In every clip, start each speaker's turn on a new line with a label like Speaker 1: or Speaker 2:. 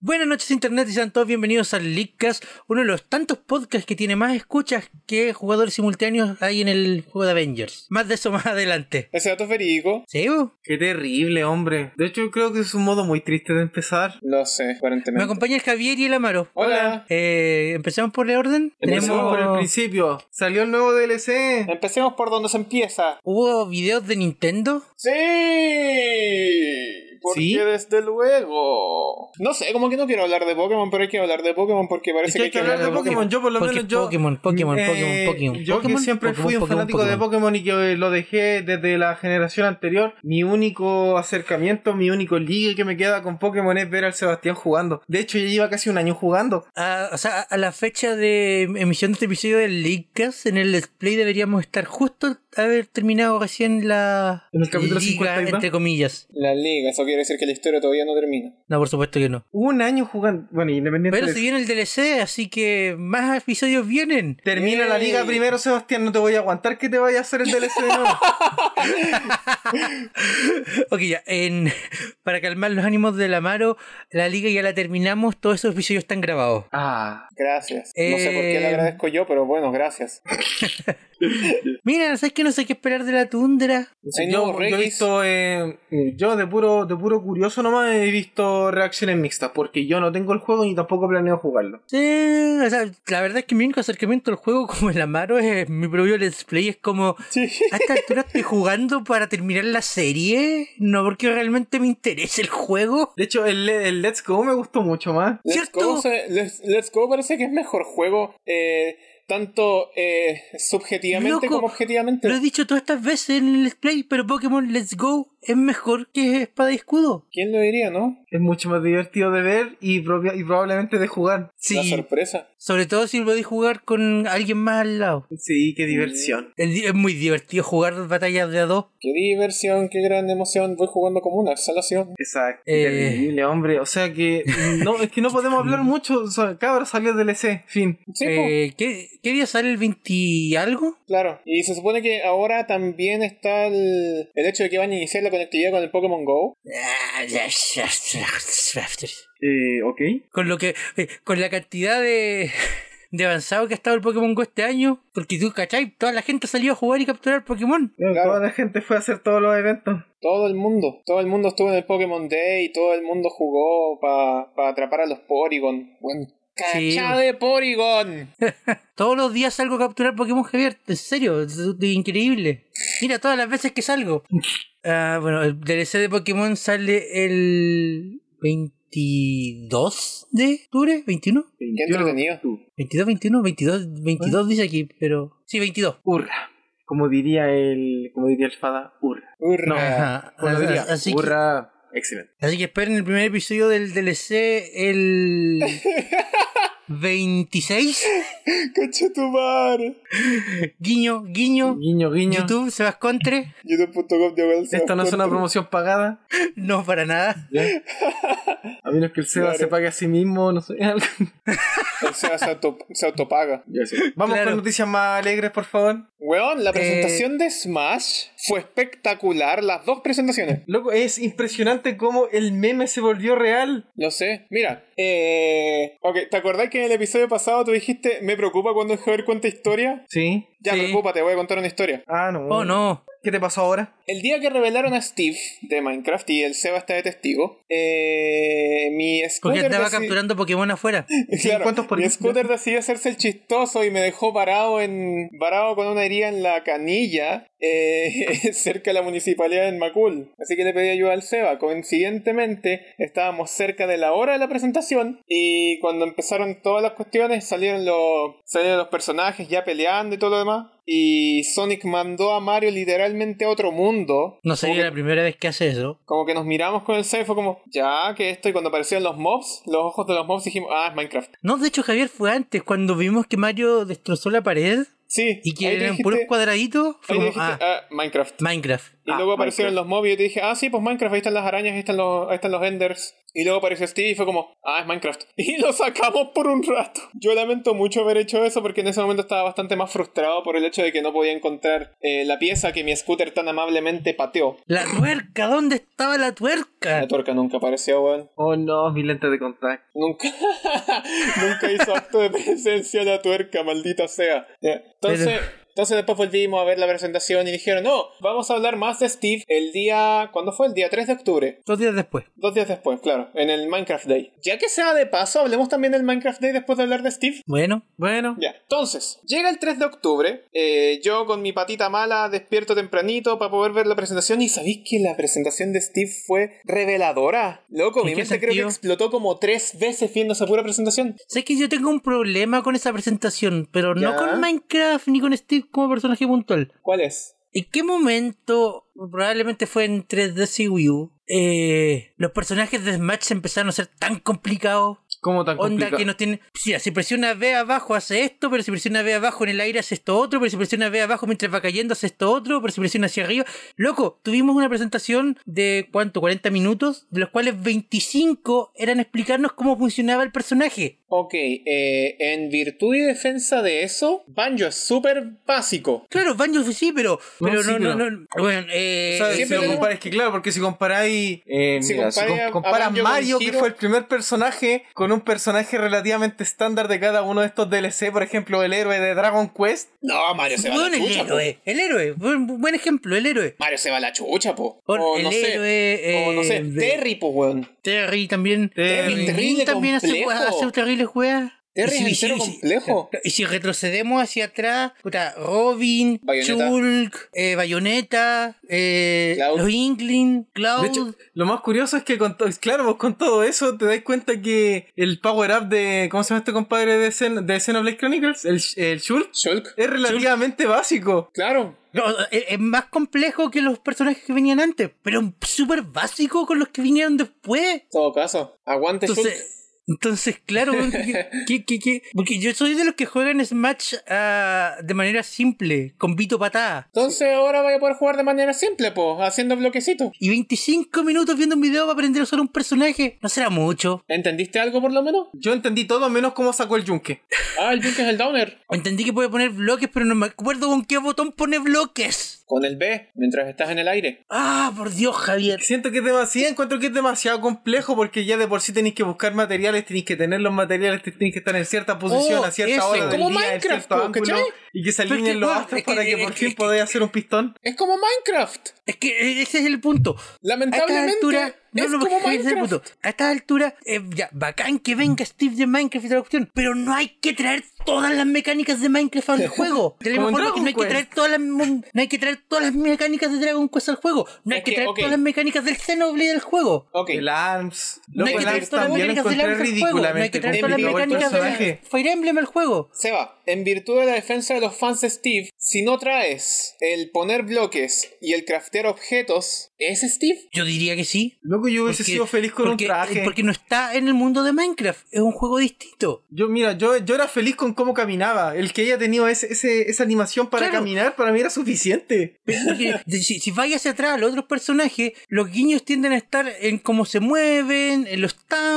Speaker 1: Buenas noches Internet y sean todos bienvenidos al Leakcast, uno de los tantos podcasts que tiene más escuchas que jugadores simultáneos hay en el juego de Avengers. Más de eso más adelante.
Speaker 2: Ese dato es verídico.
Speaker 1: ¿Sí? bu?
Speaker 3: Qué terrible, hombre. De hecho, creo que es un modo muy triste de empezar.
Speaker 2: Lo sé,
Speaker 1: Me
Speaker 2: aparentemente.
Speaker 1: acompaña el Javier y el Amaro.
Speaker 2: Hola.
Speaker 1: Eh, ¿Empezamos por el orden?
Speaker 3: Empecemos por el principio. Salió el nuevo
Speaker 1: Em,
Speaker 3: DLC.
Speaker 2: Empecemos por donde se empieza.
Speaker 1: ¿Hubo videos de Nintendo?
Speaker 2: Sí. Porque
Speaker 3: ¿Sí?
Speaker 2: desde luego. No sé, como que no quiero hablar de Pokémon, pero hay que hablar de Pokémon porque
Speaker 3: Es
Speaker 2: parece
Speaker 3: que hay que hablar de Pokémon. Yo, por lo
Speaker 1: Poké-
Speaker 3: menos, yo. eh,
Speaker 1: Pokémon, Pokémon, Pokémon, Pokémon,
Speaker 3: Yo
Speaker 1: Pokémon,
Speaker 3: que siempre
Speaker 1: Pokémon,
Speaker 3: fui un
Speaker 1: Pokémon,
Speaker 3: fanático de
Speaker 1: Pokémon.
Speaker 3: Pokémon y que lo dejé desde la generación anterior. Mi único acercamiento, mi único ligue que me queda con Pokémon es ver al Sebastián jugando. De hecho, ya lleva casi un año jugando.
Speaker 1: A- Ah, o sea, a la fecha de emisión de este episodio del Leakcast, en el display deberíamos estar justo haber terminado recién la
Speaker 3: En el capítulo
Speaker 1: liga,
Speaker 3: 52.
Speaker 1: entre comillas.
Speaker 2: La liga, eso quiere decir que la historia todavía no termina.
Speaker 1: No, por supuesto que no.
Speaker 3: Un año jugando. Bueno, independiente
Speaker 1: Pero
Speaker 3: de
Speaker 1: si
Speaker 3: eso.
Speaker 1: viene el DLC, así que más episodios vienen.
Speaker 3: Termina la liga
Speaker 1: Eh.
Speaker 2: Yay.
Speaker 3: primero, Sebastián. No te voy a aguantar que te vaya a hacer el DLC de nuevo.
Speaker 1: Ok, ya, en, para calmar los ánimos del Amaro, la liga ya la terminamos, todos esos episodios están grabados.
Speaker 3: ah.
Speaker 2: Gracias. No sé por
Speaker 1: Eh.
Speaker 2: qué le agradezco yo, pero bueno, gracias.
Speaker 1: Mira, ¿sabes que no sé qué esperar de la tundra?
Speaker 3: Sí,
Speaker 2: Hay
Speaker 3: yo,
Speaker 2: nuevos
Speaker 3: yo he
Speaker 2: Regis.
Speaker 3: visto, eh, yo de puro, de puro curioso nomás he visto reacciones mixtas, porque yo no tengo el juego ni tampoco planeo jugarlo.
Speaker 1: Sí, o sea, la verdad es que mi único acercamiento al juego como el Amaro es mi propio Let's Play, es como...
Speaker 2: Sí.
Speaker 1: A esta altura estoy jugando para terminar la serie, no porque realmente me interese el juego.
Speaker 3: De hecho, el, le- el Let's Go me gustó mucho más.
Speaker 2: Let's
Speaker 1: ¿Cierto?
Speaker 2: Go, se- Let's, Let's Go parece que es mejor juego, eh, tanto eh, subjetivamente
Speaker 1: Loco,
Speaker 2: como objetivamente.
Speaker 1: Lo he dicho todas estas veces en el Let's Play, pero Pokémon Let's Go es mejor que Espada y Escudo.
Speaker 2: ¿Quién lo diría, no?
Speaker 3: Es mucho más divertido de ver y, propia- y probablemente de jugar.
Speaker 2: La
Speaker 1: Sí,
Speaker 2: sorpresa.
Speaker 1: sobre todo si podéis jugar con alguien más al lado.
Speaker 3: Sí, qué diversión.
Speaker 1: Es di- es muy divertido jugar batallas de a dos.
Speaker 2: Qué diversión, qué gran emoción. Voy jugando como una exhalación.
Speaker 3: Exacto.
Speaker 1: Eh.
Speaker 3: Terrible, hombre. O sea que no, es que no podemos hablar mucho. O sea, cabros, salió el DLC. Fin.
Speaker 2: Sí, po,
Speaker 1: Eh, ¿qué, qué día sale el 20 y algo?
Speaker 2: claro. Y se supone que ahora también está el, el hecho de que van a iniciar la conectividad con el Pokémon Go.
Speaker 3: Eh, ok.
Speaker 1: Con lo que. eh, con la cantidad de. de avanzado que ha estado el Pokémon Go este año. Porque tú, ¿cachai? Toda la gente salió a jugar y capturar Pokémon.
Speaker 2: Claro.
Speaker 3: Toda la gente fue a hacer todos los eventos.
Speaker 2: Todo el mundo, todo el mundo estuvo en el Pokémon Day y todo el mundo jugó para atrapar a los Porygon. Buen
Speaker 1: Sí.
Speaker 2: cachá de Porygon.
Speaker 1: Todos los días salgo a capturar Pokémon Javier. En serio, es increíble. Mira todas las veces que salgo. Ah, bueno, el DLC de Pokémon sale el 22 de octubre, 21.
Speaker 2: Qué entretenido.
Speaker 1: 22, 21, 22, 22 dice aquí, pero... Sí, 22.
Speaker 3: Urra. Como diría el. Como diría el Fada, urra.
Speaker 2: Urra.
Speaker 1: Ajá.
Speaker 3: Como Ah, lo diría,
Speaker 1: Ah, Así que-
Speaker 3: urra. Excelente.
Speaker 1: Así que esperen el primer episodio del DLC el 26.
Speaker 2: Cacha tu madre.
Speaker 1: Guiño, guiño.
Speaker 3: Guiño, guiño.
Speaker 1: YouTube, Sebas Contre.
Speaker 2: YouTube.com diagonal
Speaker 3: Esto no es una
Speaker 2: Sebastián.
Speaker 3: promoción pagada.
Speaker 1: No, para nada.
Speaker 3: A menos que el Seba
Speaker 2: Claro.
Speaker 3: se pague a sí mismo, no sé. algo.
Speaker 2: O sea, se, auto- se autopaga.
Speaker 3: Vamos
Speaker 1: Claro.
Speaker 3: con noticias más alegres, por favor.
Speaker 2: Weón,
Speaker 3: Eh.
Speaker 2: la presentación de Smash fue espectacular. Las dos presentaciones.
Speaker 3: Loco, es impresionante cómo el meme se volvió real.
Speaker 2: Lo sé. Mira, eh... Ok, ¿te acordás que en el episodio pasado tú dijiste me preocupa cuando Javier cuenta historia?
Speaker 3: Sí.
Speaker 2: Ya,
Speaker 1: Sí.
Speaker 2: preocupa, te voy a contar una historia.
Speaker 3: Ah, no.
Speaker 1: Oh, no.
Speaker 3: ¿Qué te pasó ahora?
Speaker 2: El día que revelaron a Steve de Minecraft y el Seba está de testigo, eh, mi
Speaker 1: Porque
Speaker 2: scooter...
Speaker 1: estaba
Speaker 2: deci-
Speaker 1: capturando Pokémon afuera.
Speaker 2: Claro,
Speaker 3: ¿Cuántos por-
Speaker 2: mi scooter decidió hacerse el chistoso y me dejó parado en parado con una herida en la canilla eh, cerca de la municipalidad de Macul. Así que le pedí ayuda al Seba. Coincidentemente, estábamos cerca de la hora de la presentación y cuando empezaron todas las cuestiones salieron los, salieron los personajes ya peleando y todo lo demás. Y Sonic mandó a Mario literalmente a otro mundo.
Speaker 1: No sería la primera vez que hace eso.
Speaker 2: Como que nos miramos con el Seba y fue como, ya, que esto. Y cuando aparecieron los mobs, los ojos de los mobs dijimos, ah, es Minecraft.
Speaker 1: No, de hecho, Javier fue antes, cuando vimos que Mario destrozó la pared
Speaker 2: Sí.
Speaker 1: y que
Speaker 2: ahí
Speaker 1: eran
Speaker 2: dijiste-
Speaker 1: puros cuadraditos. Fue
Speaker 2: ahí
Speaker 1: como,
Speaker 2: dijiste,
Speaker 1: ah,
Speaker 2: ah, Minecraft.
Speaker 1: Minecraft.
Speaker 2: Y
Speaker 3: ah,
Speaker 2: luego aparecieron los mobs y yo te dije, ah, sí, pues Minecraft, ahí están las arañas, ahí están los, ahí están los enders. Y luego apareció Steve y fue como, ah, es Minecraft. Y lo sacamos por un rato. Yo lamento mucho haber hecho eso porque en ese momento estaba bastante más frustrado por el hecho de que no podía encontrar eh, la pieza que mi scooter tan amablemente pateó.
Speaker 1: La tuerca, ¿dónde estaba la tuerca?
Speaker 2: La tuerca nunca apareció, weón.
Speaker 3: Oh no, mi lente de contacto.
Speaker 2: Nunca, nunca hizo acto de presencia la tuerca, maldita sea. Ya, Entonces... Entonces después volvimos a ver la presentación y dijeron, no, vamos a hablar más de Steve el día... ¿Cuándo fue? El día 3 de octubre.
Speaker 1: Dos días después.
Speaker 2: Dos días después, claro, en el Minecraft Day. Ya que sea de paso, hablemos también del Minecraft Day después de hablar de Steve.
Speaker 1: Bueno, bueno.
Speaker 2: Ya, entonces, llega el 3 de octubre, eh, yo con mi patita mala despierto tempranito para poder ver la presentación y ¿sabéis que la presentación de Steve fue reveladora? Loco,
Speaker 1: ¿En
Speaker 2: mi
Speaker 1: qué
Speaker 2: mente creo que
Speaker 1: sentido?
Speaker 2: explotó como tres veces viendo esa pura presentación.
Speaker 1: Sé que yo tengo un problema con esa presentación, pero
Speaker 2: Ya.
Speaker 1: no con Minecraft ni con Steve como personaje puntual.
Speaker 2: ¿Cuál es?
Speaker 1: ¿En qué momento, probablemente fue en 3DS y Wii U, eh, los personajes de Smash empezaron a ser tan complicados?
Speaker 3: ¿Cómo tan
Speaker 1: Onda
Speaker 3: complicado?
Speaker 1: que nos tienen. Sí, si presiona B abajo hace esto, pero si presiona B abajo en el aire hace esto otro, pero si presiona B abajo mientras va cayendo hace esto otro, pero si presiona hacia arriba. Loco, tuvimos una presentación de ¿cuánto? 40 minutos, de los cuales 25 eran explicarnos cómo funcionaba el personaje.
Speaker 2: Ok, eh, en virtud y defensa de eso, Banjo es súper básico.
Speaker 1: Claro, Banjo sí, pero.
Speaker 3: No,
Speaker 1: Pero
Speaker 3: sí,
Speaker 1: no, no,
Speaker 3: pero-
Speaker 1: no. Bueno, eh.
Speaker 3: O sea, si
Speaker 2: siempre
Speaker 3: lo
Speaker 2: tenemos-
Speaker 3: comparas, que claro, porque si comparáis. eh,
Speaker 2: Si
Speaker 3: mira, si
Speaker 2: comparáis
Speaker 3: com-
Speaker 2: a- a
Speaker 3: comparas
Speaker 2: Banjo con
Speaker 3: Mario, que
Speaker 2: Hiro-
Speaker 3: fue el primer personaje, con un personaje relativamente estándar de cada uno de estos DLC, por ejemplo, el héroe de Dragon Quest.
Speaker 2: No, Mario se va a
Speaker 1: Bueno,
Speaker 2: la
Speaker 1: el
Speaker 2: chucha. po.
Speaker 1: héroe, el héroe, buen, buen ejemplo, el héroe.
Speaker 2: Mario se va a la chucha, po.
Speaker 1: Bueno,
Speaker 2: O
Speaker 1: el
Speaker 2: no sé.
Speaker 1: héroe,
Speaker 2: o no sé,
Speaker 1: eh, de-
Speaker 2: Terry, po, weón.
Speaker 1: Terry también.
Speaker 3: Terry,
Speaker 1: Terry
Speaker 2: terrible
Speaker 1: también hace,
Speaker 2: complejo.
Speaker 1: hace terribles weas.
Speaker 2: Terry
Speaker 1: Y
Speaker 2: es
Speaker 1: y
Speaker 2: entero
Speaker 1: y
Speaker 2: complejo.
Speaker 1: Y si retrocedemos hacia atrás, puta, Robin,
Speaker 2: Bayonetta.
Speaker 1: Shulk, eh, Bayonetta, eh,
Speaker 2: Cloud.
Speaker 1: los Inkling, Cloud.
Speaker 3: De hecho, lo más curioso es que con to- claro, vos con todo eso te das cuenta que el power up de ¿cómo se llama este compadre de, Xen de Xenoblade Chronicles? El, Sh- el Shulk
Speaker 2: Shulk.
Speaker 3: es relativamente básico.
Speaker 2: Claro.
Speaker 1: No, es, es más complejo que los personajes que venían antes, pero súper básico con los que vinieron después.
Speaker 2: En todo caso. Aguante, Shulk.
Speaker 1: Entonces, entonces claro, weón, que- que- que- que- porque yo soy de los que juegan Smash ah, de manera simple, con Vito Patada.
Speaker 2: Entonces ahora voy a poder jugar de manera simple, po, haciendo bloquecitos.
Speaker 1: Y 25 minutos viendo un video para aprender a usar un personaje. No será mucho.
Speaker 2: ¿Entendiste algo por lo menos?
Speaker 3: Yo entendí todo menos cómo sacó el yunque.
Speaker 2: Ah, el Junk es el downer.
Speaker 1: Entendí que puede poner bloques, pero no me acuerdo con qué botón pone bloques.
Speaker 2: Con el B, mientras estás en el aire.
Speaker 1: Ah, por Dios, Javier.
Speaker 3: Siento que es demasiado, encuentro que es demasiado complejo porque ya de por sí tenéis que buscar materiales, tenéis que tener los materiales, tenéis que estar en cierta posición
Speaker 1: Oh,
Speaker 3: a cierta
Speaker 1: eso,
Speaker 3: hora del
Speaker 2: como
Speaker 3: día, en
Speaker 2: Minecraft,
Speaker 3: cierto
Speaker 2: po,
Speaker 3: ángulo,
Speaker 2: ¿cachai?
Speaker 3: y que se
Speaker 1: Pero es
Speaker 3: alineen
Speaker 1: que,
Speaker 3: los
Speaker 1: bueno,
Speaker 3: astros
Speaker 1: es que-
Speaker 3: para que por
Speaker 1: es
Speaker 3: fin
Speaker 1: que-
Speaker 3: podáis hacer un pistón.
Speaker 2: Es como Minecraft.
Speaker 1: Es que eh, ese es el punto. A estas
Speaker 2: Lamentablemente.
Speaker 1: alturas, no,
Speaker 2: es
Speaker 1: no, ese
Speaker 2: como
Speaker 1: es el
Speaker 2: Minecraft.
Speaker 1: punto. A estas alturas, eh, ya, bacán que venga Steve de Minecraft y toda la cuestión, pero no hay que traer todas las mecánicas de Minecraft al juego. De la misma
Speaker 3: Como en
Speaker 1: forma que no hay que
Speaker 3: Dragon
Speaker 1: traer todas las, mon- no hay que traer todas las mecánicas de Dragon Quest al juego. No hay
Speaker 2: Es
Speaker 1: que,
Speaker 2: que,
Speaker 1: traer
Speaker 2: ok.
Speaker 1: todas las mecánicas del Xenoblade al juego.
Speaker 2: Ok.
Speaker 3: El ARMS.
Speaker 1: No hay que
Speaker 3: Loco, el
Speaker 1: traer
Speaker 3: ARMS
Speaker 1: todas las
Speaker 3: también
Speaker 1: mecánicas del
Speaker 3: encontré
Speaker 1: Arms al juego. No hay que traer todas las
Speaker 2: complicado el
Speaker 1: mecánicas de
Speaker 3: personaje.
Speaker 1: Fire Emblem al juego.
Speaker 2: Seba, en virtud de la defensa de los fans de Steve, si no traes el poner bloques y el craftear objetos, ¿es Steve?
Speaker 1: Yo diría que sí.
Speaker 3: Loco, yo hubiese
Speaker 1: Porque-
Speaker 3: sido feliz con
Speaker 1: porque- eh,
Speaker 3: un traje.
Speaker 1: Porque no está en el mundo de Minecraft. Es un juego distinto.
Speaker 3: Yo, mira, yo, yo era feliz con cómo caminaba. El que haya tenido ese, ese- esa animación para
Speaker 1: Claro.
Speaker 3: caminar, para mí era suficiente.
Speaker 1: Porque si, si vais hacia atrás a los otros personajes, los guiños tienden a estar en cómo se mueven, en los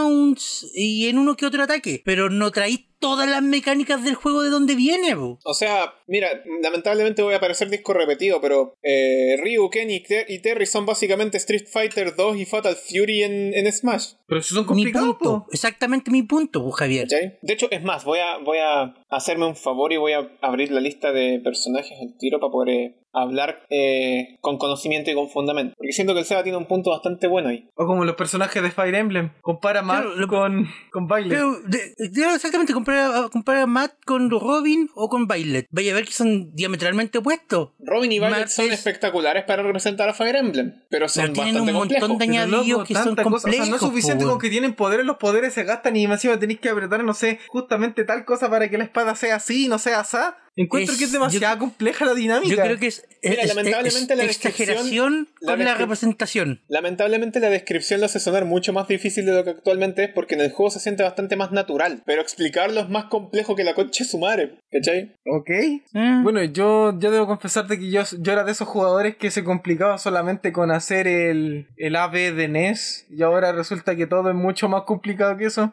Speaker 1: towns y en uno que otro ataque. Pero no traéis todas las mecánicas del juego de donde viene, bo.
Speaker 2: O sea, mira, lamentablemente voy a parecer disco repetido, pero eh, Ryu, Ken y, Ter- y Terry son básicamente Street Fighter 2 y Fatal Fury en, en Smash.
Speaker 3: Pero eso son
Speaker 1: Mi
Speaker 3: complicados,
Speaker 1: punto.
Speaker 3: po.
Speaker 1: Exactamente mi punto, bo, Javier.
Speaker 2: ¿Cachai? De hecho, es más, voy a, voy a hacerme un favor y voy a abrir la lista de personajes al tiro para poder eh, hablar eh, con conocimiento y con fundamento. Porque siento que el Seba tiene un punto bastante bueno ahí.
Speaker 3: O como los personajes de Fire Emblem. Compara más
Speaker 1: Claro, lo-
Speaker 3: con, con Baile.
Speaker 1: Pero, de- de- exactamente, comparar a, comparar a Matt con Robin o con Violet. Vaya a ver que son diametralmente opuestos.
Speaker 2: Robin y Violet son
Speaker 1: Martes.
Speaker 2: espectaculares para representar a Fire Emblem, pero son
Speaker 1: Pero tienen
Speaker 2: bastante
Speaker 1: un montón
Speaker 2: complejos.
Speaker 1: de
Speaker 3: Pero, loco,
Speaker 1: añadidos que son
Speaker 3: tanta cosa. O sea, no
Speaker 1: complejos,
Speaker 3: es suficiente
Speaker 1: po,
Speaker 3: con que tienen poderes, los poderes se gastan y encima tenéis que apretar, no sé, justamente tal cosa para que la espada sea así y no sea asá. Encuentro
Speaker 1: Es-
Speaker 3: que es demasiado compleja la dinámica.
Speaker 1: Yo creo que es, es-
Speaker 2: Mira,
Speaker 1: es-
Speaker 2: lamentablemente
Speaker 1: es
Speaker 2: la
Speaker 1: exageración
Speaker 2: descripción- la
Speaker 1: con la
Speaker 2: descrip-
Speaker 1: representación.
Speaker 2: Lamentablemente la descripción lo hace sonar mucho más difícil de lo que actualmente es porque en el juego se siente bastante más natural, pero explicarlo es más complejo que la concha de su madre, ¿cachai?
Speaker 3: Ok.
Speaker 1: Mm.
Speaker 3: Bueno, yo, yo debo confesarte que yo, yo era de esos jugadores que se complicaba solamente con hacer el, el AB de NES y ahora resulta que todo es mucho más complicado que eso.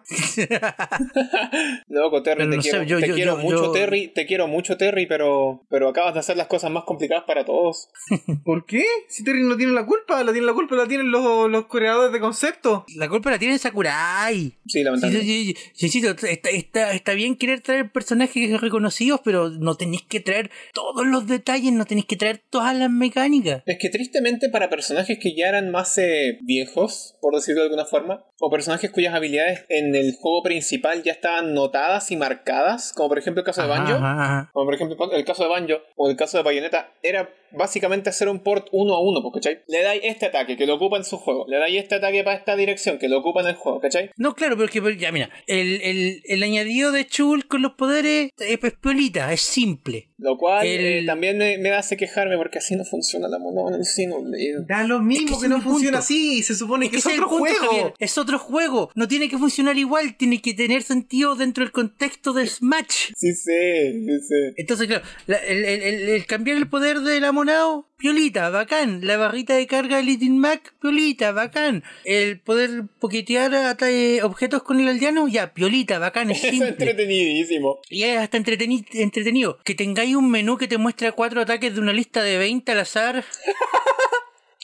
Speaker 2: Loco, Terry,
Speaker 1: Pero
Speaker 2: te
Speaker 1: no sé,
Speaker 2: quiero,
Speaker 1: yo-
Speaker 2: te
Speaker 1: yo-
Speaker 2: quiero
Speaker 1: yo-
Speaker 2: mucho,
Speaker 1: yo-
Speaker 2: Terry, te quiero mucho, Terry, pero, pero acabas de hacer las cosas más complicadas para todos.
Speaker 3: ¿Por qué? Si Terry no tiene la culpa, la tiene la culpa, la tienen los, los creadores de concepto.
Speaker 1: La culpa la tiene Sakurai.
Speaker 2: Sí,
Speaker 1: Sí,
Speaker 2: lamentablemente.
Speaker 1: sí, sí, sí, sí, está, está, está bien querer traer personajes reconocidos, pero no tenéis que traer todos los detalles, no tenéis que traer todas las mecánicas.
Speaker 2: Es que tristemente para personajes que ya eran más eh, viejos, por decirlo de alguna forma, o personajes cuyas habilidades en el juego principal ya estaban notadas y marcadas, como por ejemplo el caso de Banjo,
Speaker 1: Ajá, ajá.
Speaker 2: como por ejemplo el caso de Banjo o el caso de Bayonetta, era básicamente hacer un port uno a uno, pues, ¿cachai? Le dais este ataque que lo ocupa en su juego, le dais este ataque para esta dirección que lo ocupa en el juego, ¿cachai?
Speaker 1: No, claro, pero es que pero ya, mira, el, el, el añadido de Chul con los poderes es, es piolita, es simple.
Speaker 2: Lo cual
Speaker 1: El-
Speaker 2: eh, también me, me hace quejarme porque así no funciona la monona en el cine.
Speaker 3: Da lo
Speaker 1: Es que
Speaker 3: mismo
Speaker 1: ese
Speaker 3: que
Speaker 1: es
Speaker 3: no
Speaker 1: mi punto.
Speaker 3: funciona así, se supone que es,
Speaker 1: ese el
Speaker 3: otro
Speaker 1: punto,
Speaker 3: juego.
Speaker 1: Javier, es otro juego, no tiene que funcionar igual, tiene que tener sentido dentro del contexto del Smash.
Speaker 2: Sí sé, sí sé.
Speaker 1: Entonces, claro, la- el, el- el- el cambiar el poder de la Monao, piolita, bacán. La barrita de carga del Little Mac, piolita, bacán. El poder poquetear ata- eh, objetos con el aldeano, ya, piolita, bacán, es
Speaker 2: Es
Speaker 1: simple.
Speaker 2: entretenidísimo.
Speaker 1: Y es hasta entreteni- entretenido. Que tengáis un menú que te muestra cuatro ataques de una lista de 20 al azar.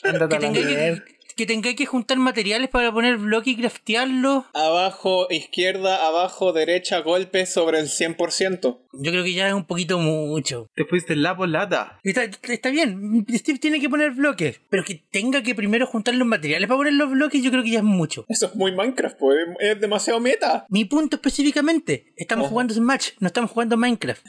Speaker 3: Ándate
Speaker 1: Que
Speaker 3: a la
Speaker 1: tengáis que,
Speaker 3: mierda.
Speaker 1: que tengáis que juntar materiales para poner bloque y craftearlo.
Speaker 2: Abajo, izquierda, abajo, derecha, golpe sobre el 100%.
Speaker 1: Yo creo que ya es un poquito mucho.
Speaker 3: Te fuiste la polata.
Speaker 1: Está, está bien, Steve tiene que poner bloques, pero que tenga que primero juntar los materiales para poner los bloques, yo creo que ya es mucho.
Speaker 2: Eso es muy Minecraft, pues. Es demasiado meta.
Speaker 1: Mi punto específicamente, estamos
Speaker 2: Ajá.
Speaker 1: jugando Smash, no estamos jugando Minecraft.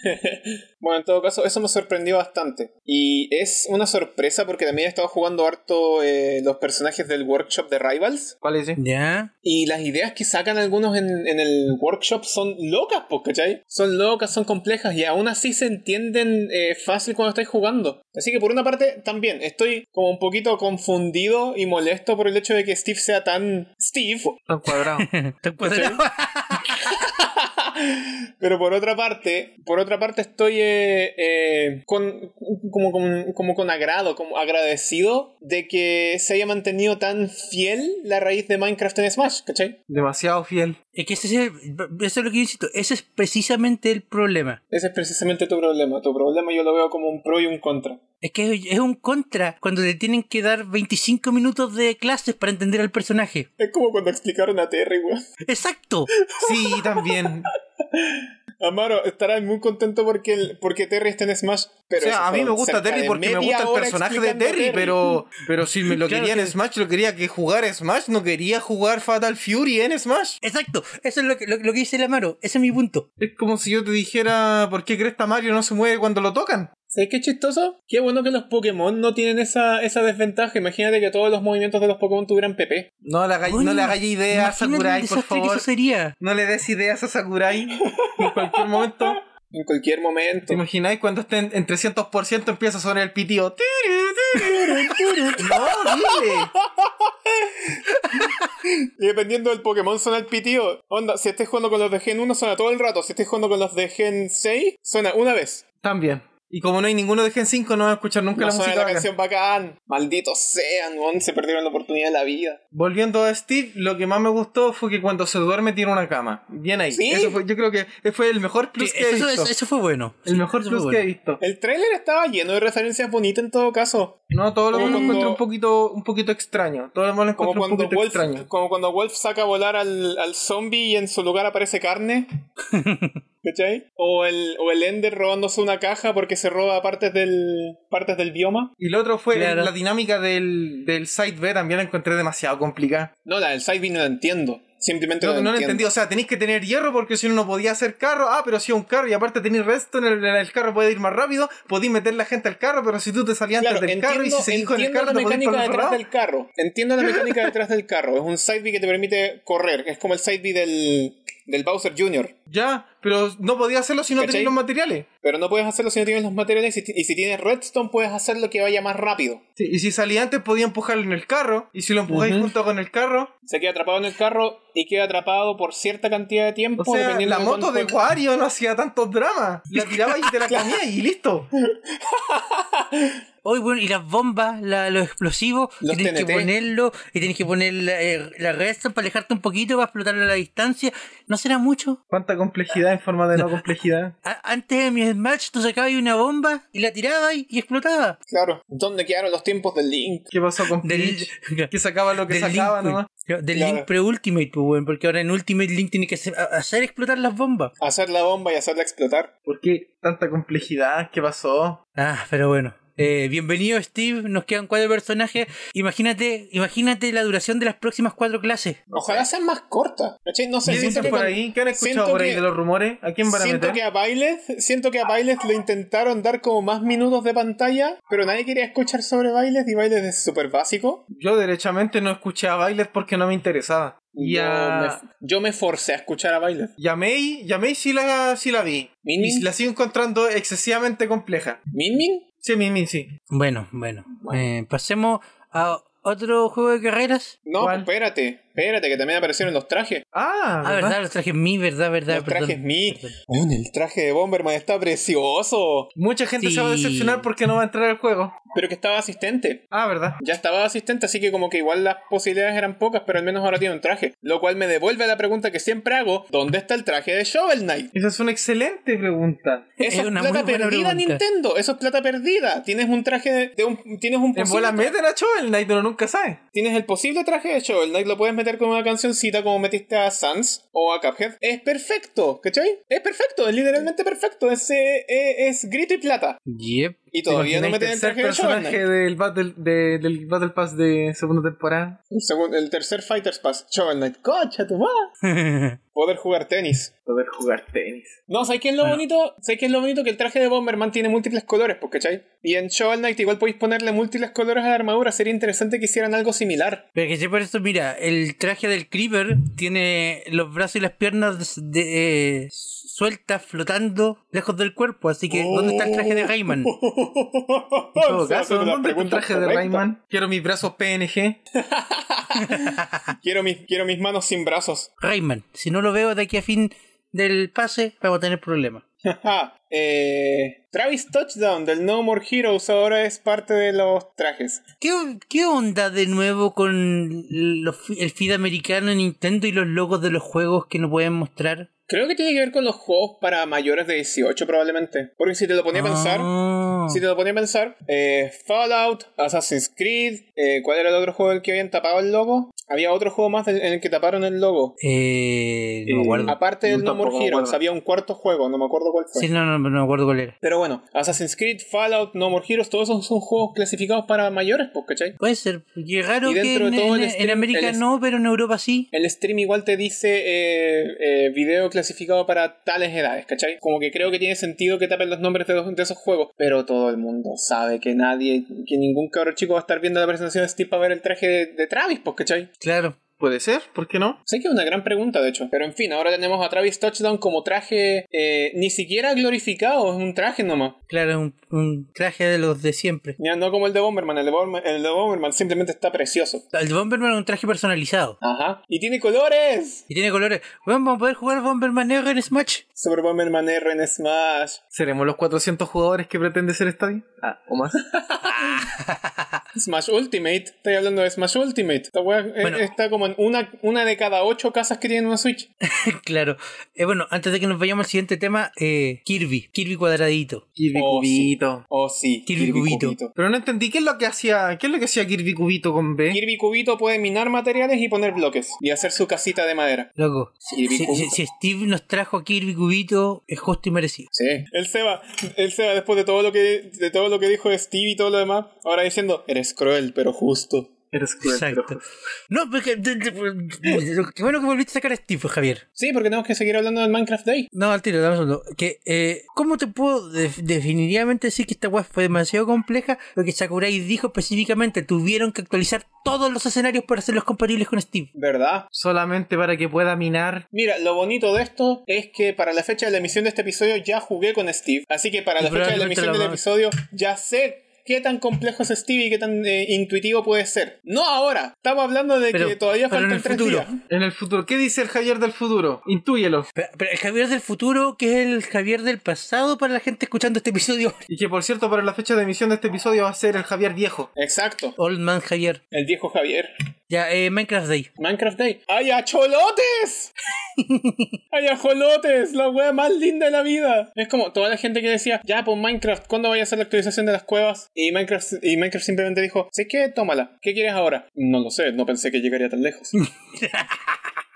Speaker 2: Bueno, en todo caso, eso me sorprendió bastante. Y es una sorpresa porque también he estado jugando harto eh, los personajes del workshop de Rivals.
Speaker 3: ¿Cuál es? ese?
Speaker 1: ¿Ya?
Speaker 2: Y las ideas que sacan algunos en, en el workshop son locas, pues, ¿cachai? Son locas, son complejas y aún así se entienden eh, fácil cuando estáis jugando. Así que por una parte, también estoy como un poquito confundido y molesto por el hecho de que Steve sea tan Steve.
Speaker 3: Tan cuadrado.
Speaker 1: Está cuadrado.
Speaker 2: Pero por otra parte, por otra parte estoy eh, eh, con, como, como, como con agrado, como agradecido de que se haya mantenido tan fiel la raíz de Minecraft en Smash, ¿cachai?
Speaker 3: Demasiado fiel.
Speaker 1: Es que ese es el- eso es lo que yo insisto, ese es precisamente el problema.
Speaker 2: Ese es precisamente tu problema. Tu problema yo lo veo como un pro y un contra.
Speaker 1: Es que es un contra cuando te tienen que dar 25 minutos de clases para entender al personaje.
Speaker 2: Es como cuando explicaron a Terry, weón.
Speaker 1: Exacto.
Speaker 3: Sí, también.
Speaker 2: Amaro, estarás muy contento porque, el- porque Terry está en Smash. Pero
Speaker 3: o sea,
Speaker 2: eso
Speaker 3: a mí
Speaker 2: fue
Speaker 3: me gusta
Speaker 2: cerca
Speaker 3: Terry
Speaker 2: de
Speaker 3: porque me
Speaker 2: media
Speaker 3: gusta el
Speaker 2: hora
Speaker 3: personaje de
Speaker 2: explicando a
Speaker 3: Terry, pero pero si me lo
Speaker 1: Claro
Speaker 3: quería en Smash, lo quería que jugar Smash, no quería jugar Fatal Fury en Smash.
Speaker 1: Exacto. Eso es lo que, lo, lo que dice la Maro. Ese es mi punto.
Speaker 3: Es como si yo te dijera, ¿por qué Cresta Mario no se mueve cuando lo tocan?
Speaker 2: ¿Sabes qué chistoso? Qué bueno que los Pokémon no tienen esa, esa desventaja. Imagínate que todos los movimientos de los Pokémon tuvieran PP.
Speaker 3: No le haga, no
Speaker 1: Oye,
Speaker 3: le haga idea a
Speaker 1: imagínate el
Speaker 3: Sakurai, por
Speaker 1: desastre que
Speaker 3: favor.
Speaker 1: eso sería.
Speaker 3: No le des ideas a Sakurai en cualquier momento.
Speaker 2: En cualquier momento.
Speaker 3: ¿Te imagináis cuando estén en 300% empieza a sonar el pitido? ¡No, dile!
Speaker 2: Y dependiendo del Pokémon suena el pitido. Onda, si estés jugando con los de Gen 1 suena todo el rato. Si estés jugando con los de Gen 6 suena una vez.
Speaker 3: También. Y como no hay ninguno de Gen 5, no van a escuchar nunca
Speaker 2: No
Speaker 3: la
Speaker 2: suena
Speaker 3: música.
Speaker 2: la
Speaker 3: bacán.
Speaker 2: canción bacán. Malditos sean, weón. Se perdieron la oportunidad de la vida.
Speaker 3: Volviendo a Steve, lo que más me gustó fue que cuando se duerme tiene una cama. Bien ahí.
Speaker 2: ¿Sí?
Speaker 3: Eso fue, yo creo que fue el mejor plus
Speaker 1: Sí,
Speaker 3: que he
Speaker 1: eso,
Speaker 3: visto.
Speaker 1: eso- eso fue bueno.
Speaker 3: el mejor
Speaker 1: Eso fue
Speaker 3: plus
Speaker 1: bueno.
Speaker 3: que he visto.
Speaker 2: El tráiler estaba lleno de referencias bonitas en todo caso.
Speaker 3: No, todo lo
Speaker 2: Como
Speaker 3: demás lo
Speaker 2: cuando-
Speaker 3: encuentro un poquito, un poquito extraño. Todo lo demás lo
Speaker 2: Como
Speaker 3: encuentro un
Speaker 2: cuando,
Speaker 3: poquito
Speaker 2: Wolf,
Speaker 3: extraño.
Speaker 2: como cuando Wolf saca a volar al, al zombie y en su lugar aparece carne. ¿Cachai? O el, o el Ender robándose una caja porque se roba partes del, partes del bioma.
Speaker 3: Y lo otro fue
Speaker 1: Claro.
Speaker 3: la dinámica del, del side B también la encontré demasiado complicada.
Speaker 2: No, la del Sidebee no la entiendo. Simplemente
Speaker 3: No,
Speaker 2: no, la
Speaker 3: no lo entendí.
Speaker 2: entiendo.
Speaker 3: O sea, tenéis que tener hierro porque si no, no podía hacer carro. Ah, pero si es un carro y aparte tenéis resto en el, en el carro, puede ir más rápido. Podéis meter la gente al carro, pero si tú te salías
Speaker 2: Claro,
Speaker 3: antes del
Speaker 2: entiendo,
Speaker 3: carro y si seguís con el
Speaker 2: entiendo
Speaker 3: carro,
Speaker 2: la
Speaker 3: te podéis ir por
Speaker 2: mecánica
Speaker 3: el otro
Speaker 2: detrás
Speaker 3: lado.
Speaker 2: del carro. Entiendo la mecánica detrás del carro. Es un Sidebee que te permite correr. Es como el Sidebee del, del Bowser Jr.
Speaker 3: Ya, pero no podía hacerlo si no
Speaker 2: ¿Cachai?
Speaker 3: tenía los materiales.
Speaker 2: Pero no puedes hacerlo si no tienes los materiales. Y si, y si tienes redstone, puedes hacerlo que vaya más rápido.
Speaker 3: Sí, y si salía antes podía empujarlo en el carro, y si lo empujáis
Speaker 1: Ujú.
Speaker 3: junto con el carro,
Speaker 2: Se queda atrapado en el carro y queda atrapado por cierta cantidad de tiempo.
Speaker 3: o sea,
Speaker 2: dependiendo
Speaker 3: la moto
Speaker 2: cuánto-
Speaker 3: de Wario no hacía tantos dramas. La tiraba y te la comía y listo.
Speaker 1: Hoy, bueno, y las bombas, la- los explosivos,
Speaker 2: Los
Speaker 1: y tienes que
Speaker 2: TNT.
Speaker 1: ponerlo, y tienes que poner la, eh, la redstone para alejarte un poquito, para explotarlo a la distancia. ¿No será mucho?
Speaker 3: Cuánta complejidad en forma de no complejidad.
Speaker 1: A- antes de mi Smash, tú sacabas ahí una bomba y la tirabas y, y explotaba.
Speaker 2: Claro. ¿Dónde quedaron los tiempos del Link?
Speaker 3: ¿Qué pasó con
Speaker 1: Del-
Speaker 3: Peach? Que sacaba lo que
Speaker 1: del
Speaker 3: sacaba
Speaker 1: Link,
Speaker 3: nomás.
Speaker 1: güey. Del
Speaker 2: Claro.
Speaker 1: Link pre-Ultimate, pues, güey, porque ahora en Ultimate Link tiene que hacer, a- hacer explotar las bombas.
Speaker 2: Hacer la bomba y hacerla explotar.
Speaker 3: ¿Por qué tanta complejidad? ¿Qué pasó?
Speaker 1: Ah, pero bueno. Eh, bienvenido Steve, nos quedan cuatro personajes. Imagínate, imagínate la duración de las próximas cuatro clases.
Speaker 2: Ojalá sean más cortas. ¿Cachai? No sé.
Speaker 3: ¿Qué
Speaker 2: Siento
Speaker 3: dicen
Speaker 2: que,
Speaker 3: por
Speaker 2: con-
Speaker 3: ahí? ¿Qué han escuchado
Speaker 2: siento
Speaker 3: por ahí
Speaker 2: que-
Speaker 3: de los rumores? ¿A quién van a
Speaker 2: Siento
Speaker 3: meter?
Speaker 2: que a Bailes, siento que a Bailes le intentaron dar como más minutos de pantalla, pero nadie quería escuchar sobre Bailes y Bailes es súper básico.
Speaker 3: Yo derechamente no escuché a Bailet porque no me interesaba. Y a,
Speaker 2: Yo, me, yo me forcé a escuchar a Bailes.
Speaker 3: y a May, y a May sí la, sí la vi.
Speaker 2: ¿Min Min?
Speaker 3: Y la sigo encontrando excesivamente compleja.
Speaker 2: ¿Min Min?
Speaker 3: Sí, Min Min, sí.
Speaker 1: Bueno, bueno. Eh, pasemos a otro juego de carreras.
Speaker 2: No,
Speaker 3: ¿Cuál?
Speaker 2: espérate, espérate, que también aparecieron los trajes.
Speaker 3: Ah,
Speaker 1: Ah,
Speaker 3: ¿verdad?
Speaker 1: verdad, los trajes mi, verdad, verdad.
Speaker 2: Los
Speaker 1: perdón,
Speaker 2: trajes mi.
Speaker 1: perdón.
Speaker 2: Weón, el traje de Bomberman está precioso.
Speaker 3: Mucha gente se va a
Speaker 1: Sí.
Speaker 3: decepcionar porque no va a entrar al juego.
Speaker 2: Pero que estaba asistente.
Speaker 3: Ah, ¿verdad?
Speaker 2: Ya estaba asistente, así que como que igual las posibilidades eran pocas, pero al menos ahora tiene un traje. Lo cual me devuelve a la pregunta que siempre hago: ¿dónde está el traje de Shovel Knight?
Speaker 3: Esa es una excelente pregunta.
Speaker 1: Es
Speaker 2: Eso es,
Speaker 1: una muy
Speaker 2: plata
Speaker 1: buena
Speaker 2: perdida,
Speaker 1: pregunta.
Speaker 2: Nintendo. Eso es plata perdida. Tienes un traje de, de un. Tienes un
Speaker 3: En
Speaker 2: posible.
Speaker 3: bola meten a Shovel Knight, pero nunca sabe.
Speaker 2: Tienes el posible traje de Shovel Knight. Lo puedes meter con una cancioncita como metiste a Sans o a Cuphead. Es perfecto, ¿cachai? Es perfecto, es literalmente perfecto. Es, eh, eh, es grito y plata.
Speaker 1: Yep.
Speaker 2: Y todavía no meten
Speaker 3: meten
Speaker 2: el traje de Shovel
Speaker 3: personaje
Speaker 2: Knight.
Speaker 3: del Battle, de- del Battle Pass de segunda temporada.
Speaker 2: El, segun- el tercer Fighters Pass. Shovel Knight. Cocha, tu madre. Poder jugar tenis.
Speaker 3: Poder jugar tenis.
Speaker 2: No, ¿sabes qué es lo bonito? ¿Sabes qué es lo bonito? Que el traje de Bomberman tiene múltiples colores, pues, ¿cachai? Y en Shovel Knight igual podéis ponerle múltiples colores a la armadura. Sería interesante que hicieran algo similar.
Speaker 1: Pero que sepa esto, mira, el traje del Creeper tiene los brazos y las piernas de, eh, sueltas, flotando lejos del cuerpo. Así que, ¿dónde está el traje
Speaker 2: Oh.
Speaker 1: de Rayman?
Speaker 3: En todo
Speaker 2: Se hace
Speaker 3: caso,
Speaker 2: la
Speaker 3: ¿dónde está el
Speaker 2: pregunta
Speaker 3: traje de
Speaker 2: correcta.
Speaker 3: Rayman? Quiero mis brazos PNG.
Speaker 2: Quiero mis, quiero mis manos sin brazos.
Speaker 1: Rayman, si no lo veo de aquí a fin del pase, vamos a tener problemas.
Speaker 2: Jaja. Eh, Travis Touchdown del No More Heroes ahora es parte de los trajes.
Speaker 1: ¿Qué, qué onda de nuevo con los- el feed americano en Nintendo y los logos de los juegos que no pueden mostrar?
Speaker 2: Creo que tiene que ver con los juegos para mayores de 18 probablemente. Porque si te lo ponía a pensar,
Speaker 1: Ah.
Speaker 2: si te lo ponía a pensar, eh, Fallout, Assassin's Creed, eh, ¿cuál era el otro juego en el que habían tapado el logo? Había otro juego más del- en el que taparon el logo.
Speaker 1: Eh, no
Speaker 3: Eh,
Speaker 1: me acuerdo.
Speaker 2: Aparte del No
Speaker 3: tampoco
Speaker 2: More
Speaker 3: me
Speaker 2: Heroes,
Speaker 3: acuerdo.
Speaker 2: había un cuarto juego, no me acuerdo cuál fue.
Speaker 1: Sí, no, no, no me acuerdo cuál era.
Speaker 2: Pero bueno, Assassin's Creed, Fallout, No More Heroes, todos esos son juegos clasificados para mayores, pues, ¿cachai?
Speaker 1: Puede ser. Y es raro
Speaker 2: Y
Speaker 1: que
Speaker 2: dentro
Speaker 1: en,
Speaker 2: de todo
Speaker 1: en-
Speaker 2: el stream-
Speaker 1: en América
Speaker 2: el-
Speaker 1: no, pero en Europa sí.
Speaker 2: El stream igual te dice eh, eh, video clasificado para tales edades, ¿cachai? Como que creo que tiene sentido que tapen los nombres de, los- de esos juegos, pero todo el mundo sabe que nadie, que ningún cabrón chico va a estar viendo la presentación de Steve para ver el traje de, de Travis, pues, ¿cachai?
Speaker 1: Claro.
Speaker 3: Puede ser, ¿por qué no?
Speaker 2: Sé que es una gran pregunta, de hecho. Pero en fin, ahora tenemos a Travis Touchdown como traje eh, ni siquiera glorificado, es un traje nomás.
Speaker 1: Claro, un, un traje de los de siempre.
Speaker 2: Ya no como el de Bomberman, el de Bomberman, el de Bomberman simplemente está precioso.
Speaker 1: El de Bomberman es un traje personalizado.
Speaker 2: Ajá. Y tiene colores.
Speaker 1: Y tiene colores. Bueno, vamos a poder jugar Bomberman negro en Smash.
Speaker 2: Super Bomberman R en Smash.
Speaker 3: ¿Seremos los 400 jugadores que pretende ser Stadia? Ah, o más.
Speaker 2: Smash Ultimate. Estoy hablando de Smash Ultimate. Esta wea, eh,
Speaker 1: Bueno.
Speaker 2: está como en una, una de cada ocho casas que tienen una Switch.
Speaker 1: claro. Eh, bueno, antes de que nos vayamos al siguiente tema, eh, Kirby. Kirby cuadradito.
Speaker 3: Kirby
Speaker 2: Oh, sí.
Speaker 3: Cubito.
Speaker 2: Oh, sí.
Speaker 1: Kirby Cubito.
Speaker 3: Pero no entendí qué es lo que hacía, qué es lo que hacía Kirby Cubito con
Speaker 1: ¿Eh?
Speaker 3: B.
Speaker 2: Kirby Cubito puede minar materiales y poner bloques. Y hacer su casita de madera.
Speaker 1: Loco, si,
Speaker 2: Kirby
Speaker 1: si-
Speaker 2: Cubo.
Speaker 1: si- si Steve nos trajo a Kirby Cubito, es justo y merecido.
Speaker 2: Sí. El Seba, el Seba, después de todo lo que, de todo lo que dijo Steve y todo lo demás, ahora diciendo, eres cruel, pero justo.
Speaker 3: Eres cruel.
Speaker 1: Exacto.
Speaker 3: pero-
Speaker 1: No, porque. de- de- de- Qué bueno que volviste a sacar a Steve, pues, Javier.
Speaker 2: Sí, porque tenemos que seguir hablando del Minecraft Day.
Speaker 1: No, al tiro, dame un segundo. Que, eh, ¿Cómo te puedo def- definitivamente decir que esta weá fue demasiado compleja? Lo que Sakurai dijo específicamente, tuvieron que actualizar todos los escenarios para hacerlos compatibles con Steve.
Speaker 2: ¿Verdad?
Speaker 3: Solamente para que pueda minar.
Speaker 2: Mira, lo bonito de esto es que para la fecha de la emisión de este episodio ya jugué con Steve. Así que para
Speaker 1: Y
Speaker 2: la fecha de la
Speaker 1: probablemente
Speaker 2: emisión
Speaker 1: la
Speaker 2: del
Speaker 1: vamos-
Speaker 2: episodio ya sé qué tan complejo es Steve y qué tan eh, intuitivo puede ser. No ahora. Estamos hablando de
Speaker 1: Pero-
Speaker 2: que todavía
Speaker 1: pero en
Speaker 2: faltan
Speaker 1: el
Speaker 2: tres
Speaker 1: futuro.
Speaker 2: días.
Speaker 3: En el futuro. ¿Qué dice el Javier del futuro? Intúyelo.
Speaker 1: Pero, pero el Javier del futuro, que es el Javier del pasado para la gente escuchando este episodio.
Speaker 3: Y que por cierto, para la fecha de emisión de este episodio va a ser el Javier viejo.
Speaker 2: Exacto.
Speaker 1: Old Man Javier.
Speaker 2: El viejo Javier.
Speaker 1: Ya, eh, Minecraft Day.
Speaker 2: Minecraft Day. ¡Ay, acholotes! ¡Ay, ajolotes! La wea más linda de la vida. Es como toda la gente que decía, ya, pues Minecraft, ¿cuándo vaya a hacer la actualización de las cuevas? Y Minecraft, y Minecraft simplemente dijo, sí, que tómala. ¿Qué quieres ahora? No lo sé, no pensé que llegaría tan lejos.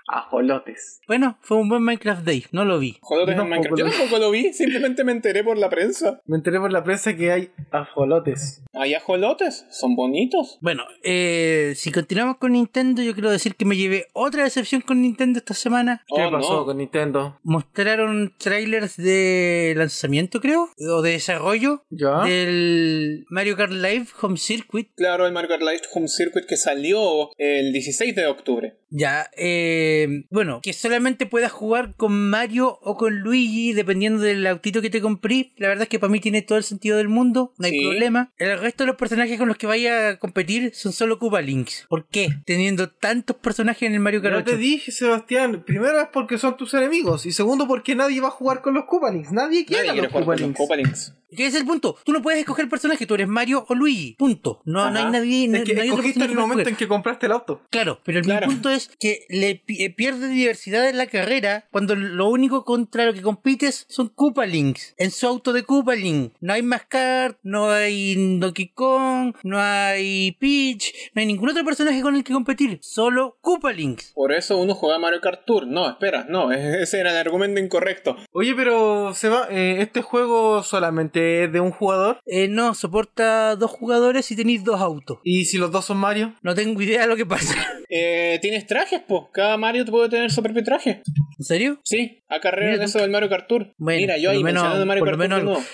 Speaker 3: Ajolotes.
Speaker 1: Bueno, fue un buen Minecraft Day, no lo vi.
Speaker 2: Ajolotes
Speaker 3: Yo
Speaker 2: en
Speaker 3: tampoco
Speaker 2: Minecraft. Yo
Speaker 3: lo-
Speaker 2: tampoco lo vi, simplemente me enteré por la prensa.
Speaker 3: Me enteré por la prensa que hay ajolotes.
Speaker 2: ¡Ay, ajolotes! Son bonitos.
Speaker 1: Bueno, eh, si continuamos con Nintendo, yo quiero decir que me llevé otra decepción con Nintendo esta semana.
Speaker 3: ¿Qué
Speaker 2: Oh,
Speaker 3: pasó
Speaker 2: no.
Speaker 3: con Nintendo?
Speaker 1: Mostraron trailers de lanzamiento, creo, o de desarrollo
Speaker 3: ¿Ya?
Speaker 1: del Mario Kart Live Home Circuit.
Speaker 2: Claro, el Mario Kart Live Home Circuit que salió el 16 de octubre.
Speaker 1: Ya, eh, bueno, que solamente puedas jugar con Mario o con Luigi, dependiendo del autito que te compré. La verdad es que para mí tiene todo el sentido del mundo, no hay
Speaker 2: Sí.
Speaker 1: problema. El resto de los personajes con los que vaya a competir son solo Cuba Links. ¿Por qué? Teniendo tantos personajes en el Mario Kart
Speaker 3: Yo te
Speaker 1: 8.
Speaker 3: dije, Sebastián, primero es porque son tus enemigos y segundo porque nadie va a jugar con los Koopalings. Nadie quiere
Speaker 2: Nadie
Speaker 3: a
Speaker 2: quiere
Speaker 3: los
Speaker 2: jugar con los
Speaker 3: Koopalings.
Speaker 2: Koopalings.
Speaker 1: ¿Qué es el punto? Tú no puedes escoger personaje, tú eres Mario o Luigi. Punto. No, no hay
Speaker 2: Ajá.
Speaker 1: nadie. No,
Speaker 3: Es que
Speaker 1: no hay otro
Speaker 3: escogiste en
Speaker 1: personaje
Speaker 3: el
Speaker 1: para
Speaker 3: momento
Speaker 1: escoger.
Speaker 3: en que compraste el auto.
Speaker 1: Claro, pero el
Speaker 2: Claro.
Speaker 1: punto es que le pi- eh, pierde diversidad en la carrera cuando lo único contra lo que compites son Koopalings. En su auto de Koopaling. No hay Mascard, no hay Donkey Kong, no hay Peach, no hay ningún otro personaje con el que competir. Solo Koopalings.
Speaker 2: Por eso uno juega Mario Kart Tour. No, espera, no, e- ese era el argumento incorrecto.
Speaker 3: Oye, pero Seba, eh, este juego solamente es de un jugador.
Speaker 1: Eh, no, soporta dos jugadores y tenéis dos autos.
Speaker 3: ¿Y si los dos son Mario?
Speaker 1: No tengo idea de lo que pasa.
Speaker 2: Eh, Tienes trajes, po. Cada Mario te puede tener su propio traje.
Speaker 1: ¿En serio?
Speaker 2: Sí, acarrearon
Speaker 1: Mira tú.
Speaker 2: eso del Mario Kart Tour.
Speaker 1: Bueno,
Speaker 2: Mira, yo
Speaker 1: por
Speaker 2: ahí
Speaker 1: lo menos-
Speaker 2: mencionando Mario
Speaker 1: por
Speaker 2: Kart pues,
Speaker 1: lo
Speaker 2: Tour. de
Speaker 1: menos
Speaker 2: nuevo.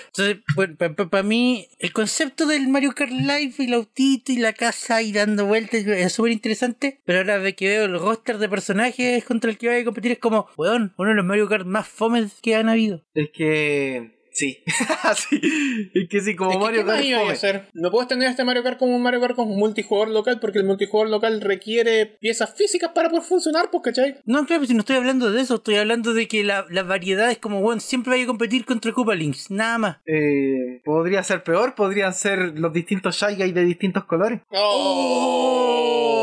Speaker 1: Entonces, pues, para mí, el concepto del Mario Kart Live y el autito y la casa y dando vueltas es súper interesante. Pero ahora de que veo el roster de personajes contra el que voy a competir, es como, weón, uno de los Mario Kart más fomes que han habido.
Speaker 3: Es que. Sí. sí. Es que sí, como
Speaker 2: Es que,
Speaker 3: Mario
Speaker 2: ¿qué más
Speaker 3: Kart.
Speaker 2: iba a
Speaker 3: fome.
Speaker 2: hacer? No puedes tener este Mario Kart como un Mario Kart con un multijugador local porque el multijugador local requiere piezas físicas para poder funcionar, pues, ¿cachai?
Speaker 1: No, claro, si no estoy hablando de eso, estoy hablando de que la, la variedad es como, weón, siempre voy a competir contra Koopa Links, nada más.
Speaker 3: Eh, podría ser peor, podrían ser los distintos Shy Guys de distintos colores.
Speaker 2: ¡Oh!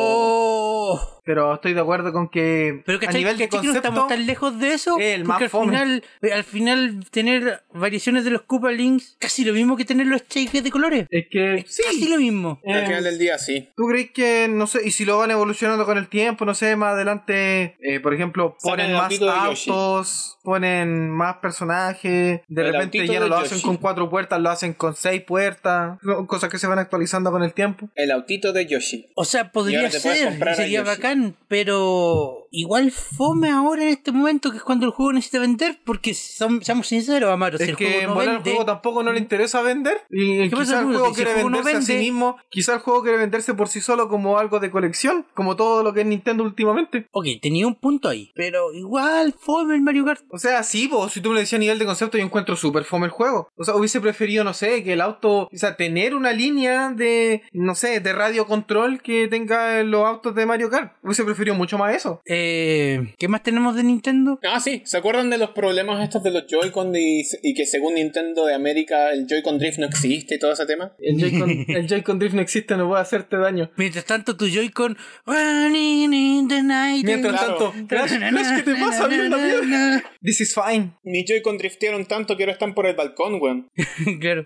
Speaker 1: Oh.
Speaker 3: Pero estoy de acuerdo con que
Speaker 1: Pero que
Speaker 3: a nivel de
Speaker 1: no
Speaker 3: concepto,
Speaker 1: estamos tan lejos de eso.
Speaker 3: es el
Speaker 1: porque
Speaker 3: más
Speaker 1: al
Speaker 3: fome.
Speaker 1: final, eh, al final tener variaciones de los Koopa Links, casi lo mismo que tener los shakes de colores.
Speaker 3: es que sí.
Speaker 1: Casi lo mismo.
Speaker 3: eh,
Speaker 2: Al final del día, sí.
Speaker 3: ¿Tú crees que, no sé, y si lo van evolucionando con el tiempo, no sé, más adelante, eh, por ejemplo,
Speaker 2: Sacan
Speaker 3: ponen
Speaker 2: el
Speaker 3: más
Speaker 2: autito de Yoshi.
Speaker 3: autos, ponen más personajes, de
Speaker 2: El
Speaker 3: repente
Speaker 2: autito
Speaker 3: ya no
Speaker 2: de
Speaker 3: lo hacen
Speaker 2: Yoshi.
Speaker 3: con cuatro puertas, lo hacen con seis puertas, co- cosas que se van actualizando con el tiempo.
Speaker 2: El autito de Yoshi.
Speaker 1: O sea,
Speaker 2: Y
Speaker 1: podría
Speaker 2: ahora te puedes
Speaker 1: ser,
Speaker 2: comprar a
Speaker 1: sería
Speaker 2: Yoshi.
Speaker 1: bacán, pero igual fome ahora en este momento, que es cuando el juego necesita vender, porque son- seamos sinceros, Amaro, si
Speaker 3: es
Speaker 1: el
Speaker 3: que
Speaker 1: juego no
Speaker 3: en volar el
Speaker 1: vende,
Speaker 3: juego tampoco no le interesa vender. Y
Speaker 1: ¿Qué pasa,
Speaker 3: quizá el
Speaker 1: Bruno?
Speaker 3: juego
Speaker 1: Si el
Speaker 3: quiere
Speaker 1: juego no
Speaker 3: venderse a sí
Speaker 1: vende-
Speaker 3: mismo, quizá el juego quiere venderse por sí solo como algo de colección, como todo lo que es Nintendo últimamente.
Speaker 1: ok, tenía un punto ahí, pero igual fome el Mario Kart.
Speaker 3: O sea, sí, vos, si tú me decías a nivel de concepto, yo encuentro súper fome el juego. O sea, hubiese preferido, no sé, que el auto, o sea, tener una línea de, no sé, de radio control que tenga los autos de Mario Kart. Hubiese preferido mucho más eso.
Speaker 1: Eh, ¿Qué más tenemos de Nintendo?
Speaker 2: Ah, sí, ¿se acuerdan de los problemas estos de los Joy-Con y, y que según Nintendo de América el Joy-Con Drift no existe y todo ese tema?
Speaker 3: El Joy-Con, el Joy-Con Drift no existe, no puede hacerte daño.
Speaker 1: Mientras tanto, tu Joy-Con. Running in the night.
Speaker 3: Mientras
Speaker 2: Claro.
Speaker 3: tanto, Crash, Crash, ¿qué te pasa? Mierda, mierda. This is fine.
Speaker 2: Mis Joy-Con driftearon tanto que ahora están por el balcón, weón.
Speaker 1: Claro.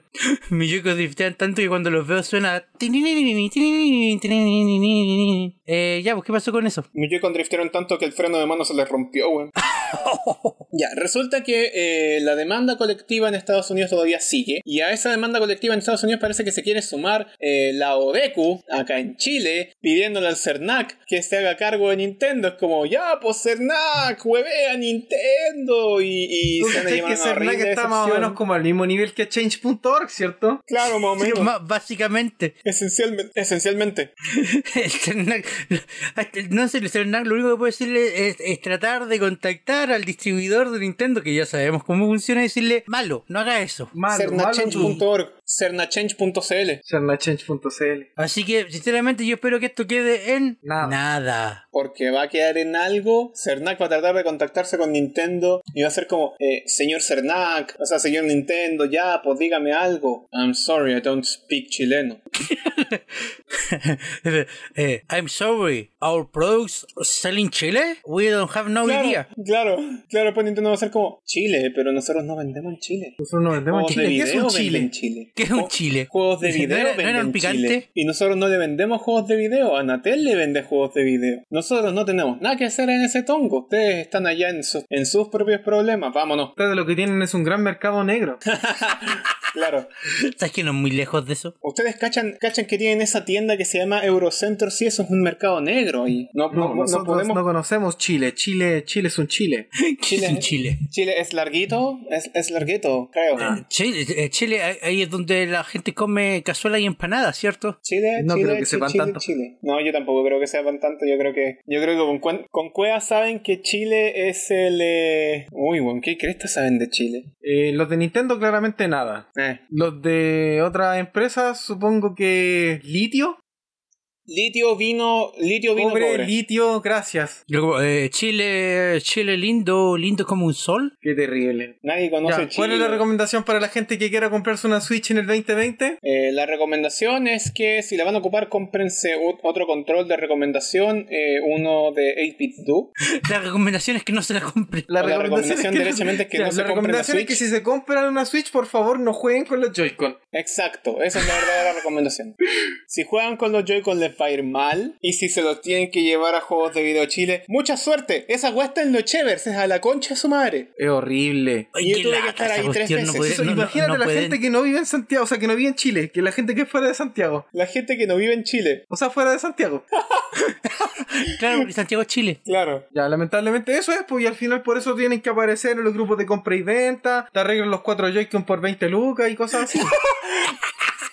Speaker 1: Mis Joy-Con driftean tanto que cuando los veo suena. Eh, ya, pues, ¿qué pasó con eso?
Speaker 2: Mis Joy-Con driftearon tanto que el freno de mano se les rompió, weón. Ya, resulta que eh, la demanda colectiva en Estados Unidos todavía sigue y a esa demanda colectiva en Estados Unidos parece que se quiere sumar eh, la ODECU acá en Chile pidiéndole al CERNAC que se haga cargo de Nintendo. Es como, ya, pues CERNAC, hueve a Nintendo y, y
Speaker 3: Tú
Speaker 2: se van a
Speaker 3: cachai
Speaker 2: llamar a
Speaker 3: que
Speaker 2: una
Speaker 3: Cernac
Speaker 2: raíz de
Speaker 3: está más o
Speaker 2: decepción.
Speaker 3: menos como al mismo nivel que Change.org, ¿cierto?
Speaker 2: Claro, más o
Speaker 1: Sí,
Speaker 2: menos.
Speaker 1: ma- básicamente,
Speaker 2: Esencialmente. esencialmente.
Speaker 1: el Cernac- no sé, el Cernac lo único que puede decirle es, es tratar de contactar al distribuidor de Nintendo, que ya sabemos cómo funciona, y decirle, malo, no haga eso.
Speaker 3: Malo, malo tú.
Speaker 2: Cernachange.org, cernachange.cl.
Speaker 3: Cernachange.cl.
Speaker 1: Así que, sinceramente, yo espero que esto quede en
Speaker 3: Nada.
Speaker 1: nada.
Speaker 2: Porque va a quedar en algo. Cernac va a tratar de contactarse con Nintendo y va a ser como, eh, señor Cernac, o sea, señor Nintendo, ya, pues dígame algo. I'm sorry, I don't speak chileno.
Speaker 1: Eh, I'm sorry, our products sell in Chile? We don't have no
Speaker 2: claro,
Speaker 1: idea.
Speaker 2: claro, claro, pues Nintendo va a ser como, Chile, pero nosotros no vendemos en Chile.
Speaker 3: Nosotros no vendemos
Speaker 2: Juegos
Speaker 3: en Chile.
Speaker 2: de
Speaker 3: ¿Qué es un
Speaker 2: video
Speaker 3: Chile?
Speaker 2: venden en Chile.
Speaker 1: ¿Qué es un
Speaker 2: Ju-
Speaker 1: Chile?
Speaker 2: Juegos de
Speaker 1: ¿No era-
Speaker 2: video
Speaker 1: no era
Speaker 2: venden
Speaker 1: un
Speaker 2: en
Speaker 1: picante?
Speaker 2: Chile. Y nosotros no le vendemos juegos de video. Anatel le vende juegos de video. Nosotros no tenemos nada que hacer en ese tongo. Ustedes están allá en, sus- en sus propios problemas. Vámonos.
Speaker 3: Ustedes lo que tienen es un gran mercado negro.
Speaker 2: Claro.
Speaker 1: ¿Sabes que no es muy lejos de eso?
Speaker 2: Ustedes cachan, cachan que tienen esa tienda que se llama Eurocentro. Sí, eso es un mercado negro. Y no, no-
Speaker 3: No,
Speaker 2: no
Speaker 3: nosotros
Speaker 2: podemos.
Speaker 3: no conocemos Chile. Chile, Chile es un Chile.
Speaker 1: ¿Qué es un Chile?
Speaker 2: Chile es larguito. Es, es larguito, creo.
Speaker 3: Ah.
Speaker 1: Chile, eh, Chile, ahí- ahí es donde la gente come cazuela y empanadas, ¿cierto?
Speaker 2: Chile,
Speaker 3: No
Speaker 2: Chile,
Speaker 3: creo que
Speaker 2: Chile,
Speaker 3: sepan
Speaker 2: Chile,
Speaker 3: tanto.
Speaker 2: Chile. No, yo tampoco creo que sepan tanto. Yo creo que, yo creo que con, cuen- con Cueva saben que Chile es el. eh, Uy, bueno, ¿qué cresta saben de Chile?
Speaker 3: Eh, los de Nintendo claramente nada.
Speaker 2: Eh,
Speaker 3: Los de otras empresas supongo que litio.
Speaker 2: Litio, vino, litio, vino,
Speaker 3: Cobre,
Speaker 2: cobre.
Speaker 3: litio, gracias.
Speaker 1: Luego, eh, Chile, Chile lindo, lindo como un sol.
Speaker 3: Qué terrible.
Speaker 2: Nadie conoce
Speaker 3: Ya,
Speaker 2: Chile.
Speaker 3: ¿Cuál es la recomendación para la gente que quiera comprarse una Switch en el 2020?
Speaker 2: Eh, la recomendación es que si la van a ocupar, cómprense o- otro control de recomendación, eh, uno de 8-bit do.
Speaker 1: La recomendación es que no se la compre.
Speaker 2: O Ah, la recomendación derechamente es que no se compren
Speaker 3: la
Speaker 2: la
Speaker 3: recomendación es que
Speaker 2: Switch.
Speaker 3: si se compran una Switch, por favor, no jueguen con los Joy-Con.
Speaker 2: Exacto, esa es la verdadera recomendación. Si juegan con los Joy-Con les va a ir mal. Y si se los tienen que llevar a juegos de video Chile, mucha suerte. Esa weá está en los Chevers, es a la concha de su madre.
Speaker 3: Es horrible.
Speaker 1: Ay,
Speaker 2: Yo
Speaker 1: qué
Speaker 2: tuve que
Speaker 1: lata
Speaker 2: estar
Speaker 1: esa
Speaker 2: ahí tres
Speaker 1: cuestión,
Speaker 2: veces.
Speaker 1: podría-
Speaker 3: Eso, imagínate
Speaker 1: no
Speaker 3: la
Speaker 1: pueden.
Speaker 3: gente que no vive en Santiago, o sea, que no vive en Chile, que la gente que es fuera de Santiago.
Speaker 2: La gente que no vive en Chile.
Speaker 3: O sea, fuera de Santiago.
Speaker 1: Claro, porque Santiago es Chile.
Speaker 2: Claro.
Speaker 3: Ya, lamentablemente eso es, pues, y al final por eso tienen que aparecer en los grupos de compra y venta, te arreglan los cuatro Joy-Con por 20 lucas y cosas así.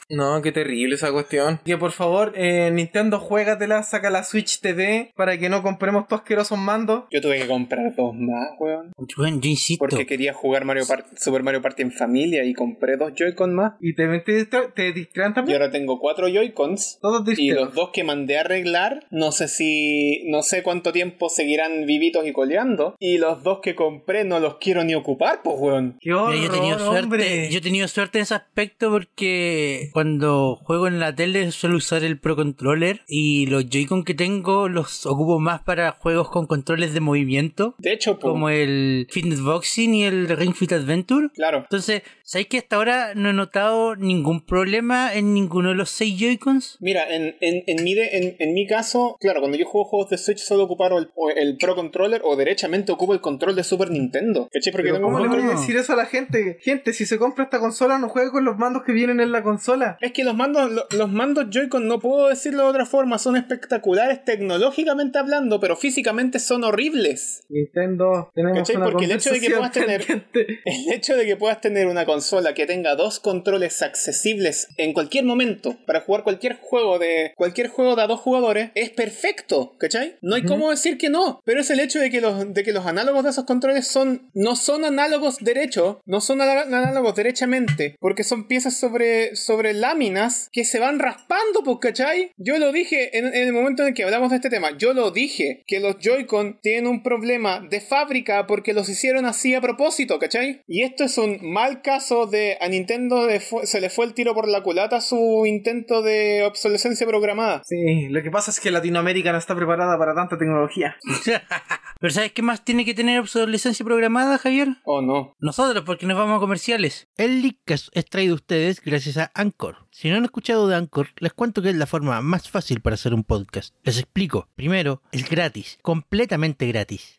Speaker 3: No, qué terrible esa cuestión. Que por favor, eh, Nintendo, juégatela, saca la Switch TV para que no compremos tu asquerosos mandos.
Speaker 2: Yo tuve que comprar dos más, weón.
Speaker 1: Bueno, yo insisto.
Speaker 2: Porque quería jugar Mario Party- Super Mario Party en familia y compré dos Joy-Con más.
Speaker 3: Y te, te, distra- te distraen
Speaker 2: Y
Speaker 3: también.
Speaker 2: ahora tengo cuatro Joy-Cons. Y
Speaker 3: Todos
Speaker 2: los
Speaker 3: distraen.
Speaker 2: dos que mandé a arreglar, no sé si. No sé cuánto tiempo seguirán vivitos y coleando. Y los dos que compré no los quiero ni ocupar, pues, weón.
Speaker 3: Qué
Speaker 1: Mira,
Speaker 3: horror,
Speaker 1: yo he tenido
Speaker 3: hombre.
Speaker 1: suerte, yo he tenido suerte en ese aspecto porque cuando juego en la tele suelo usar el Pro Controller y los Joy-Con que tengo los ocupo más para juegos con controles de movimiento,
Speaker 2: De hecho, pues.
Speaker 1: como el Fitness Boxing y el Ring Fit Adventure.
Speaker 2: Claro.
Speaker 1: Entonces, ¿sabéis que hasta ahora no he notado ningún problema en ninguno de los seis Joy-Cons?
Speaker 2: Mira, en, en, en, mi de- en, en mi caso, claro, cuando yo juego juegos de Switch solo ocupar el, o el Pro Controller o derechamente ocupo el control de Super Nintendo. ¿Cachai? Porque
Speaker 3: Pero
Speaker 2: tengo un
Speaker 3: ¿Cómo le
Speaker 1: no?
Speaker 3: voy
Speaker 2: control-
Speaker 3: a decir eso a la gente? Gente, si se compra esta consola, no juegue con los mandos que vienen en la consola.
Speaker 2: Es que los mandos, lo- los mandos Joy-Con, no puedo decirlo de otra forma, son espectaculares tecnológicamente hablando, pero físicamente son horribles.
Speaker 3: Nintendo, tenemos
Speaker 2: ¿Cachai?
Speaker 3: una
Speaker 2: Porque el hecho de que
Speaker 3: conversación
Speaker 2: puedas tener-
Speaker 3: pendiente.
Speaker 2: El hecho de que puedas tener una consola que tenga dos controles accesibles en cualquier momento para jugar cualquier juego de cualquier juego de a dos jugadores es perfecto, ¿cachai? No hay cómo decir que no, pero es el hecho de que los de que los análogos de esos controles son no son análogos derecho, no son ana- análogos derechamente, porque son piezas sobre eh, sobre láminas que se van raspando, pues, ¿cachai? Yo lo dije en, en el momento en el que hablamos de este tema, yo lo dije que los Joy-Con tienen un problema de fábrica porque los hicieron así a propósito, ¿cachai? Y esto es un mal caso de a Nintendo le fue- se le fue el tiro por la culata su intento de obsolescencia programada.
Speaker 3: Sí, lo que pasa es que Latinoamérica no está preparada para tanta tecnología.
Speaker 1: Pero ¿sabes qué más tiene que tener obsolescencia programada, Javier?
Speaker 2: Oh no.
Speaker 1: Nosotros, porque nos vamos a comerciales. El Leadcast es traído a ustedes gracias a Anchor. Si no han escuchado de Anchor, les cuento que es la forma más fácil para hacer un podcast. Les explico. Primero, es gratis, completamente gratis.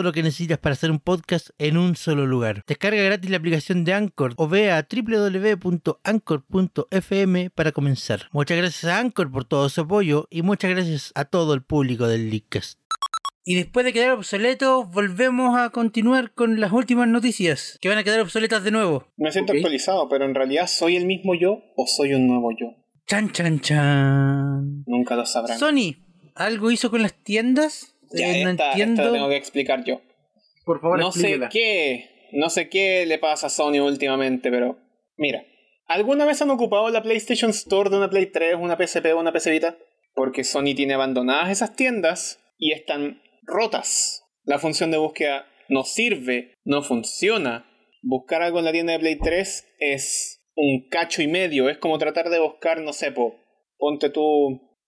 Speaker 1: lo que necesitas para hacer un podcast en un solo lugar. Descarga gratis la aplicación de Anchor o ve a www.anchor.fm para comenzar. Muchas gracias a Anchor por todo su apoyo y muchas gracias a todo el público del Leadcast. Y después de quedar obsoletos, volvemos a continuar con las últimas noticias, que van a quedar obsoletas de nuevo.
Speaker 2: Me siento
Speaker 3: Ok.
Speaker 2: actualizado, pero en realidad soy el mismo yo o soy un nuevo yo.
Speaker 1: Chan, chan, chan.
Speaker 2: Nunca lo sabrán.
Speaker 1: Sony, ¿algo hizo con las tiendas?
Speaker 2: ya,
Speaker 1: Eh, no
Speaker 2: esta, esta
Speaker 1: entiendo.
Speaker 2: la tengo que explicar yo.
Speaker 3: Por favor,
Speaker 2: no sé
Speaker 3: explíquela.
Speaker 2: qué, no sé qué le pasa a Sony últimamente, pero mira, ¿alguna vez han ocupado la PlayStation Store de una Play 3, una PSP o una PC Vita? Porque Sony tiene abandonadas esas tiendas y están rotas. La función de búsqueda no sirve, no funciona. Buscar algo en la tienda de Play 3 es un cacho y medio, es como tratar de buscar, no sé, po, ponte tú,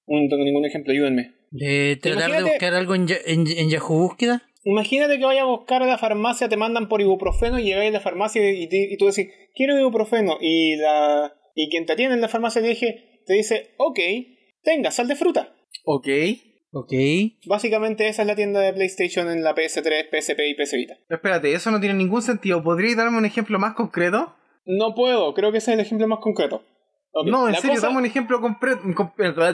Speaker 2: no tengo ningún ejemplo, ayúdenme.
Speaker 1: De tratar de
Speaker 2: Imagínate-
Speaker 1: buscar algo en, Ya- en- en Yahoo Búsqueda.
Speaker 2: Imagínate que vayas a buscar a la farmacia, te mandan por ibuprofeno y llegáis a la farmacia y, y- y tú decís, quiero ibuprofeno. Y, la, y quien te atiende en la farmacia te, dije, te dice, ok, tenga, sal de fruta.
Speaker 3: Ok.
Speaker 1: Ok.
Speaker 2: Básicamente esa es la tienda de PlayStation en la PS3, PSP y PS Vita.
Speaker 3: Espérate, eso no tiene ningún sentido. ¿Podríais darme un ejemplo más concreto?
Speaker 2: No puedo, creo que ese es el ejemplo más concreto. Ok,
Speaker 3: No, en
Speaker 2: la
Speaker 3: serio,
Speaker 2: cosa-
Speaker 3: dame un ejemplo completo.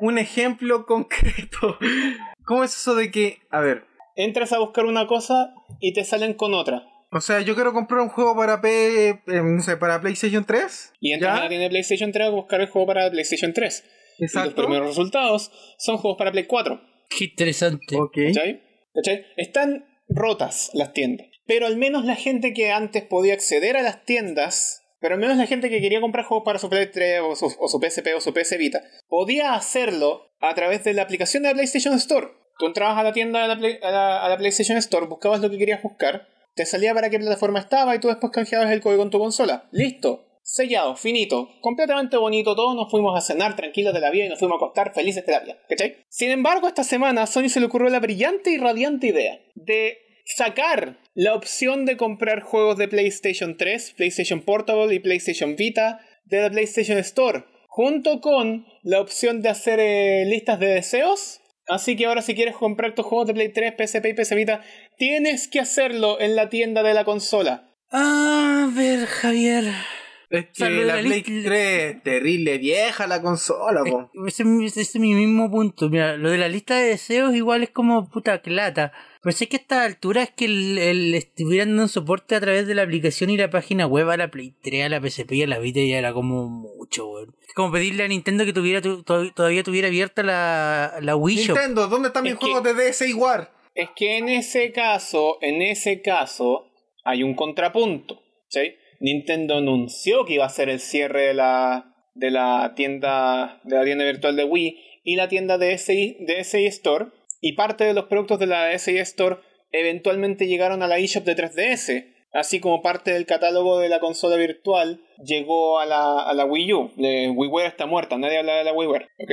Speaker 3: Un ejemplo concreto. ¿Cómo es eso de que, a ver,
Speaker 2: Entras a buscar una cosa y te salen con otra.
Speaker 3: o sea, yo quiero comprar un juego para P, eh, no sé, para PlayStation 3?
Speaker 2: Y entras
Speaker 3: ¿ya?
Speaker 2: a la tienda de PlayStation 3 a buscar el juego para PlayStation 3. Y los
Speaker 3: Exacto.
Speaker 2: primeros resultados son juegos para Play 4.
Speaker 1: Qué interesante.
Speaker 3: Ok.
Speaker 2: ¿Cachai? ¿Cachai? Están rotas las tiendas. Pero al menos la gente que antes podía acceder a las tiendas, pero al menos la gente que quería comprar juegos para su Play 3 o su, o su PSP o su PS Vita, podía hacerlo a través de la aplicación de la PlayStation Store. Tú entrabas a la tienda de la Play- a la- a la PlayStation Store, buscabas lo que querías buscar, te salía para qué plataforma estaba y tú después canjeabas el código en tu consola. Listo. Sellado, finito, completamente bonito, todos nos fuimos a cenar tranquilos de la vida y nos fuimos a acostar felices de la vida, ¿cachai? Sin embargo, esta semana a Sony se le ocurrió la brillante y radiante idea de sacar la opción de comprar juegos de PlayStation 3, PlayStation Portable y PlayStation Vita de la PlayStation Store, junto con la opción de hacer eh, listas de deseos Así que ahora si quieres comprar tus juegos de Play 3, PSP y PS Vita, tienes que hacerlo en la tienda de la consola.
Speaker 1: A ver, Javier.
Speaker 3: Es que
Speaker 1: Salve
Speaker 3: la
Speaker 1: la
Speaker 3: Play
Speaker 1: lista.
Speaker 3: 3, terrible vieja la consola, po.
Speaker 1: Ese, es mi- ese Este, es mi mismo punto. Mira, lo de la lista de deseos igual es como puta que lata. Pero sé que a estas alturas que el, el- estuvieran dando soporte a través de la aplicación y la página web a la Play 3, a la PSP y a la Vita ya era como mucho, weón. Es como pedirle a Nintendo que tuviera tu- to- todavía tuviera abierta la, la Wii Shop.
Speaker 3: Nintendo, ¿dónde están mis
Speaker 2: Es
Speaker 3: juegos de DS igual?
Speaker 2: Es que en ese caso, en ese caso, hay un contrapunto. ¿sí? Nintendo anunció que iba a ser el cierre de la, de la tienda de la tienda virtual de Wii y la tienda de SI, de SI Store. Y parte de los productos de la SI Store eventualmente llegaron a la eShop de 3DS. Así como parte del catálogo de la consola virtual llegó a la, a la Wii U. Eh, WiiWare está muerta, nadie habla de la WiiWare. ¿ok?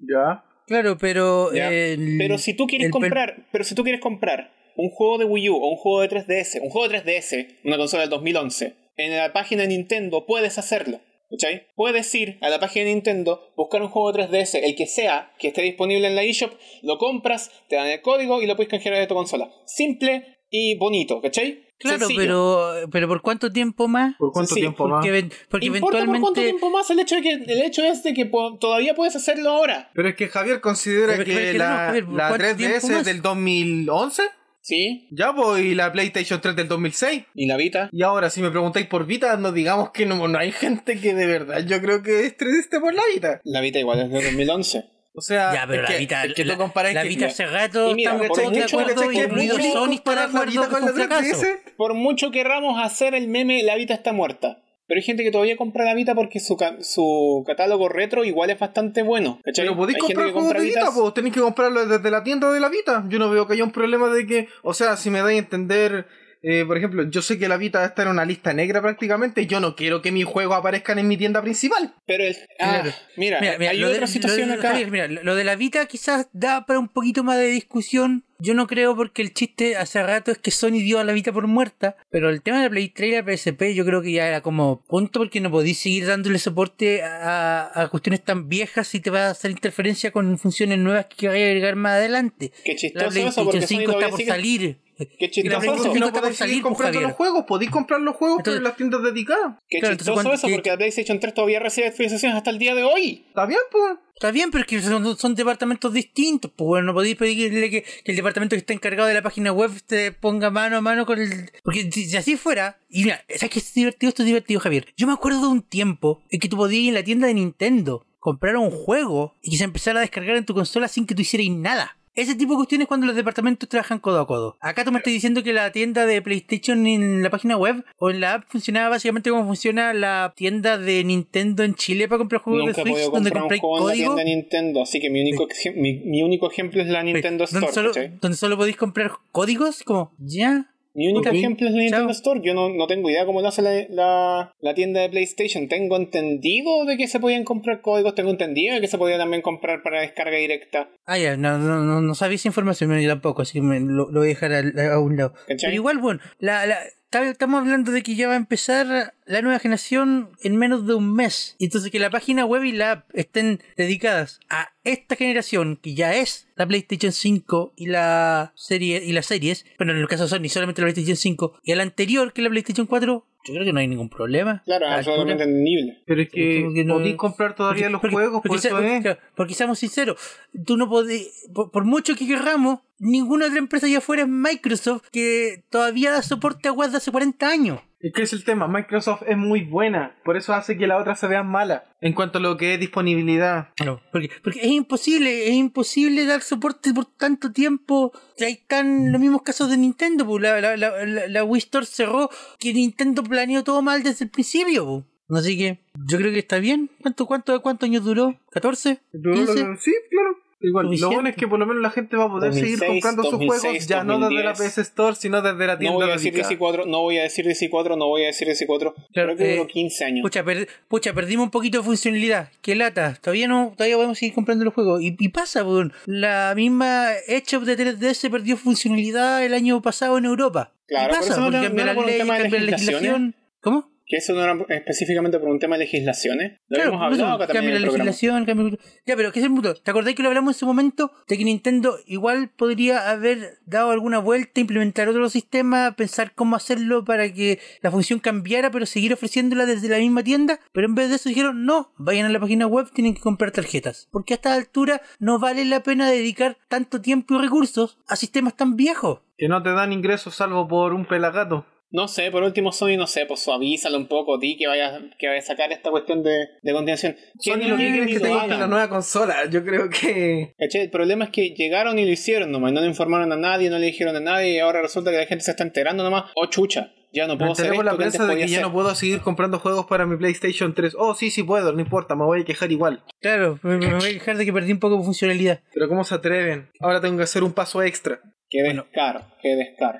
Speaker 3: Ya.
Speaker 1: Claro, pero...
Speaker 2: Ya.
Speaker 1: el-
Speaker 2: Pero si tú quieres
Speaker 1: el-
Speaker 2: comprar, pero si tú quieres comprar un juego de Wii U o un juego de 3DS, un juego de 3DS, una consola del 2011, en la página de Nintendo puedes hacerlo. ¿Cachai? Puedes ir a la página de Nintendo, buscar un juego de 3DS, el que sea, que esté disponible en la eShop, lo compras, te dan el código y lo puedes canjear de tu consola. Simple y bonito, ¿cachai?
Speaker 1: Claro,
Speaker 2: Sencillo.
Speaker 1: pero, pero ¿por cuánto tiempo más?
Speaker 3: ¿Por cuánto
Speaker 2: Sí,
Speaker 3: tiempo más?
Speaker 1: Porque, ven- porque
Speaker 2: Importa por cuánto
Speaker 1: eventualmente...
Speaker 2: tiempo más el hecho, de que, el hecho es de que po- todavía puedes hacerlo ahora.
Speaker 3: Pero es que Javier considera
Speaker 1: Pero,
Speaker 3: que
Speaker 1: Javier,
Speaker 3: la,
Speaker 1: no, Javier, ¿por
Speaker 3: la
Speaker 1: cuánto tiempo
Speaker 3: 3DS
Speaker 1: más?
Speaker 3: es del 2011,
Speaker 2: ¿Sí?
Speaker 3: ya, pues, y la PlayStation 3 del 2006.
Speaker 2: ¿Y la Vita?
Speaker 3: Y ahora, si me preguntáis por Vita, no digamos que no, no hay gente que de verdad yo creo que es 3DS por la Vita.
Speaker 2: La Vita igual es del 2011.
Speaker 3: O sea,
Speaker 1: Ya, pero
Speaker 3: es
Speaker 1: la
Speaker 3: que,
Speaker 1: Vita,
Speaker 3: es que
Speaker 1: la,
Speaker 3: tú comparáis
Speaker 1: la
Speaker 3: que-
Speaker 1: Vita hace rato,
Speaker 2: Y mira,
Speaker 1: estamos
Speaker 2: por
Speaker 1: todos de
Speaker 2: mucho-
Speaker 1: acuerdo,
Speaker 2: ¿cachai?
Speaker 1: y
Speaker 2: Que
Speaker 1: incluido
Speaker 2: mucho ¿eh?
Speaker 1: Sony está de acuerdo que fue un fracaso.
Speaker 2: Por mucho querramos hacer el meme, la vida está muerta. Pero hay gente que todavía compra la Vita porque su, ca- su catálogo retro igual es bastante bueno. ¿cachai?
Speaker 3: Pero podéis
Speaker 2: Hay gente
Speaker 3: comprar
Speaker 2: que
Speaker 3: juegos
Speaker 2: compra
Speaker 3: de Vita,
Speaker 2: Vitas-
Speaker 3: pues tenéis que comprarlo desde la tienda de la Vita. Yo no veo que haya un problema de que, o sea, si me dais a entender, eh, por ejemplo, yo sé que la Vita está en una lista negra prácticamente, yo no quiero que mis juegos aparezcan en mi tienda principal.
Speaker 2: Pero el. Ah,
Speaker 3: Claro.
Speaker 2: mira,
Speaker 1: Mira, mira,
Speaker 2: hay
Speaker 1: lo de-
Speaker 2: otra situación
Speaker 1: lo de-
Speaker 2: acá.
Speaker 1: Javier, mira, lo- lo de la Vita quizás da para un poquito más de discusión. Yo no creo porque el chiste hace rato es que Sony dio a la Vita por muerta. Pero el tema de la Play 3 y la PSP yo creo que ya era como punto porque no podéis seguir dándole soporte a, a cuestiones tan viejas y te va a hacer interferencia con funciones nuevas que vaya a agregar más adelante.
Speaker 2: Qué
Speaker 1: La
Speaker 2: chistoso eso, porque
Speaker 1: PlayStation
Speaker 2: Sony
Speaker 1: 5 está
Speaker 2: todavía
Speaker 1: por
Speaker 2: sigue-
Speaker 1: salir.
Speaker 2: Qué
Speaker 1: Y la
Speaker 2: chistoso
Speaker 1: PlayStation
Speaker 2: eso.
Speaker 3: Porque
Speaker 1: 5
Speaker 3: no
Speaker 1: está por
Speaker 3: podéis seguir
Speaker 1: salir, pues,
Speaker 3: comprando
Speaker 1: Javier.
Speaker 3: los juegos, podéis comprar los juegos pero
Speaker 1: Entonces-
Speaker 3: en las tiendas dedicadas.
Speaker 2: Qué
Speaker 1: Claro, entonces,
Speaker 2: chistoso
Speaker 1: cuando-
Speaker 2: eso,
Speaker 1: que-
Speaker 2: porque la PlayStation 3 todavía recibe actualizaciones hasta el día de hoy.
Speaker 3: Está bien, pues.
Speaker 1: Está bien, pero es que son, son departamentos distintos. Pues bueno, no podéis pedirle que, que el departamento que está encargado de la página web te ponga mano a mano con el. Porque si, si así fuera. Y mira, ¿sabes qué es divertido? Esto es divertido, Javier. Yo me acuerdo de un tiempo en que tú podías ir en la tienda de Nintendo, comprar un juego y que se empezara a descargar en tu consola sin que tú hicieras nada. Ese tipo de cuestiones cuando los departamentos trabajan codo a codo. Acá tú me estás diciendo que la tienda de PlayStation en la página web o en la app funcionaba básicamente como funciona la tienda de Nintendo en Chile para comprar juegos
Speaker 2: Nunca he
Speaker 1: de Switch,
Speaker 2: podido
Speaker 1: donde
Speaker 2: comprar un
Speaker 1: compráis
Speaker 2: juego en la
Speaker 1: código.
Speaker 2: tienda Nintendo, así que mi único, ejem- mi, mi único ejemplo es la Nintendo
Speaker 1: donde
Speaker 2: Store.
Speaker 1: Solo,
Speaker 2: ¿cachai?
Speaker 1: donde solo podéis comprar códigos, como ya.
Speaker 2: Mi único
Speaker 1: Ok.
Speaker 2: ejemplo es la Nintendo
Speaker 1: Chao.
Speaker 2: Store. Yo no, no tengo idea cómo lo hace la, la, la tienda de PlayStation. Tengo entendido de que se podían comprar códigos, tengo entendido de que se podía también comprar para descarga directa.
Speaker 1: Ah, ya, no, no, no, no sabía esa información yo tampoco, así que me- lo, lo voy a dejar al- a, un lado.
Speaker 2: ¿Cachai?
Speaker 1: Pero igual, bueno, la, la- ta- estamos hablando de que ya va a empezar la nueva generación en menos de un mes. Y Entonces, que la página web y la app estén dedicadas a esta generación, que ya es la PlayStation 5 y la serie y las series, bueno, en el caso de Sony, solamente la PlayStation 5, y a la anterior, que es la PlayStation 4, yo creo que no hay ningún problema.
Speaker 2: Claro,
Speaker 1: A la altura.
Speaker 2: absolutamente entendible.
Speaker 3: Pero es
Speaker 1: Sí,
Speaker 3: que
Speaker 1: como que no-
Speaker 3: podéis comprar todavía los
Speaker 1: Porque-
Speaker 3: juegos,
Speaker 1: porque,
Speaker 3: por
Speaker 1: se-
Speaker 3: eso es.
Speaker 1: porque- porque seamos sinceros, tú no podés, por, por mucho que querramos, ninguna otra empresa allá afuera es Microsoft que todavía da soporte a WAS de hace 40 años.
Speaker 3: Es que es el tema, Microsoft es muy buena, por eso hace que la otra se vea mala. En cuanto a lo que es disponibilidad,
Speaker 1: Porque, porque es imposible, es imposible dar soporte por tanto tiempo. Ahí están los mismos casos de Nintendo, po. la, la, la, la- la Wii Store cerró, que Nintendo planeó todo mal desde el principio. po. Así que yo creo que está bien. ¿Cuánto, cuánto, cuántos años duró? ¿14?
Speaker 3: Yo lo-
Speaker 1: 15?
Speaker 3: Sí, claro. Igual, lo
Speaker 1: Suficiente.
Speaker 3: bueno es que por lo menos la gente va a poder seguir
Speaker 2: 2006,
Speaker 3: comprando sus
Speaker 2: 2006,
Speaker 3: juegos ya no desde la
Speaker 2: 2010.
Speaker 3: PS Store, sino desde la
Speaker 2: No
Speaker 3: tienda
Speaker 2: voy a decir
Speaker 3: dedicada.
Speaker 2: DC 4, no voy a decir DC 4, no voy a decir DC 4.
Speaker 1: Claro,
Speaker 2: Creo que
Speaker 1: eh,
Speaker 2: duró 15 años.
Speaker 1: Pucha, per- pucha, perdimos un poquito de funcionalidad. Qué lata. Todavía no, todavía podemos seguir comprando los juegos. Y, y pasa, weón. La misma Edge of the 3DS perdió funcionalidad el año pasado en Europa.
Speaker 2: Claro,
Speaker 1: y
Speaker 2: por eso
Speaker 1: pasa,
Speaker 2: no
Speaker 1: porque
Speaker 2: era-
Speaker 1: cambia
Speaker 2: no era
Speaker 1: la
Speaker 2: por un
Speaker 1: ley,
Speaker 2: tema de
Speaker 1: cambia la
Speaker 2: legislaciones.
Speaker 1: legislación. ¿Cómo?
Speaker 2: Que eso no era específicamente por un tema de legislaciones. Lo
Speaker 1: Claro,
Speaker 2: hemos
Speaker 1: por eso,
Speaker 2: hablado acá también
Speaker 1: cambia
Speaker 2: en
Speaker 1: la
Speaker 2: el programa.
Speaker 1: legislación, cambia... Ya, pero ¿qué es el punto? ¿Te acordás que lo hablamos en su momento? De que Nintendo igual podría haber dado alguna vuelta, implementar otro sistema, pensar cómo hacerlo para que la función cambiara, pero seguir ofreciéndola desde la misma tienda. Pero en vez de eso dijeron, no, vayan a la página web, tienen que comprar tarjetas. Porque a esta altura no vale la pena dedicar tanto tiempo y recursos a sistemas tan viejos.
Speaker 3: Que no te dan ingresos salvo por un pelagato.
Speaker 2: No sé, por último Sony, no sé, pues suavízalo un poco, di que vaya, que vaya a sacar esta cuestión de, de continuación.
Speaker 3: Sony lo que quiere es que te
Speaker 2: lo
Speaker 3: compre la
Speaker 2: hagan.
Speaker 3: nueva consola. Yo creo que...
Speaker 2: ¿Cachai? El problema es que llegaron y lo hicieron nomás, no le informaron a nadie, no le dijeron a nadie y ahora resulta que la gente se está enterando nomás, oh chucha, ya no
Speaker 3: Me
Speaker 2: puedo hacer esto
Speaker 3: enteré por la
Speaker 2: que antes
Speaker 3: prensa de
Speaker 2: podía
Speaker 3: que ya
Speaker 2: hacer.
Speaker 3: no puedo seguir comprando juegos para mi PlayStation 3. Oh, sí, sí puedo, no importa, me voy a quejar igual.
Speaker 1: Claro, me, me voy a quejar de que perdí un poco de funcionalidad.
Speaker 3: Pero ¿cómo se atreven? Ahora tengo que hacer un paso extra.
Speaker 2: Qué descaro, qué descaro.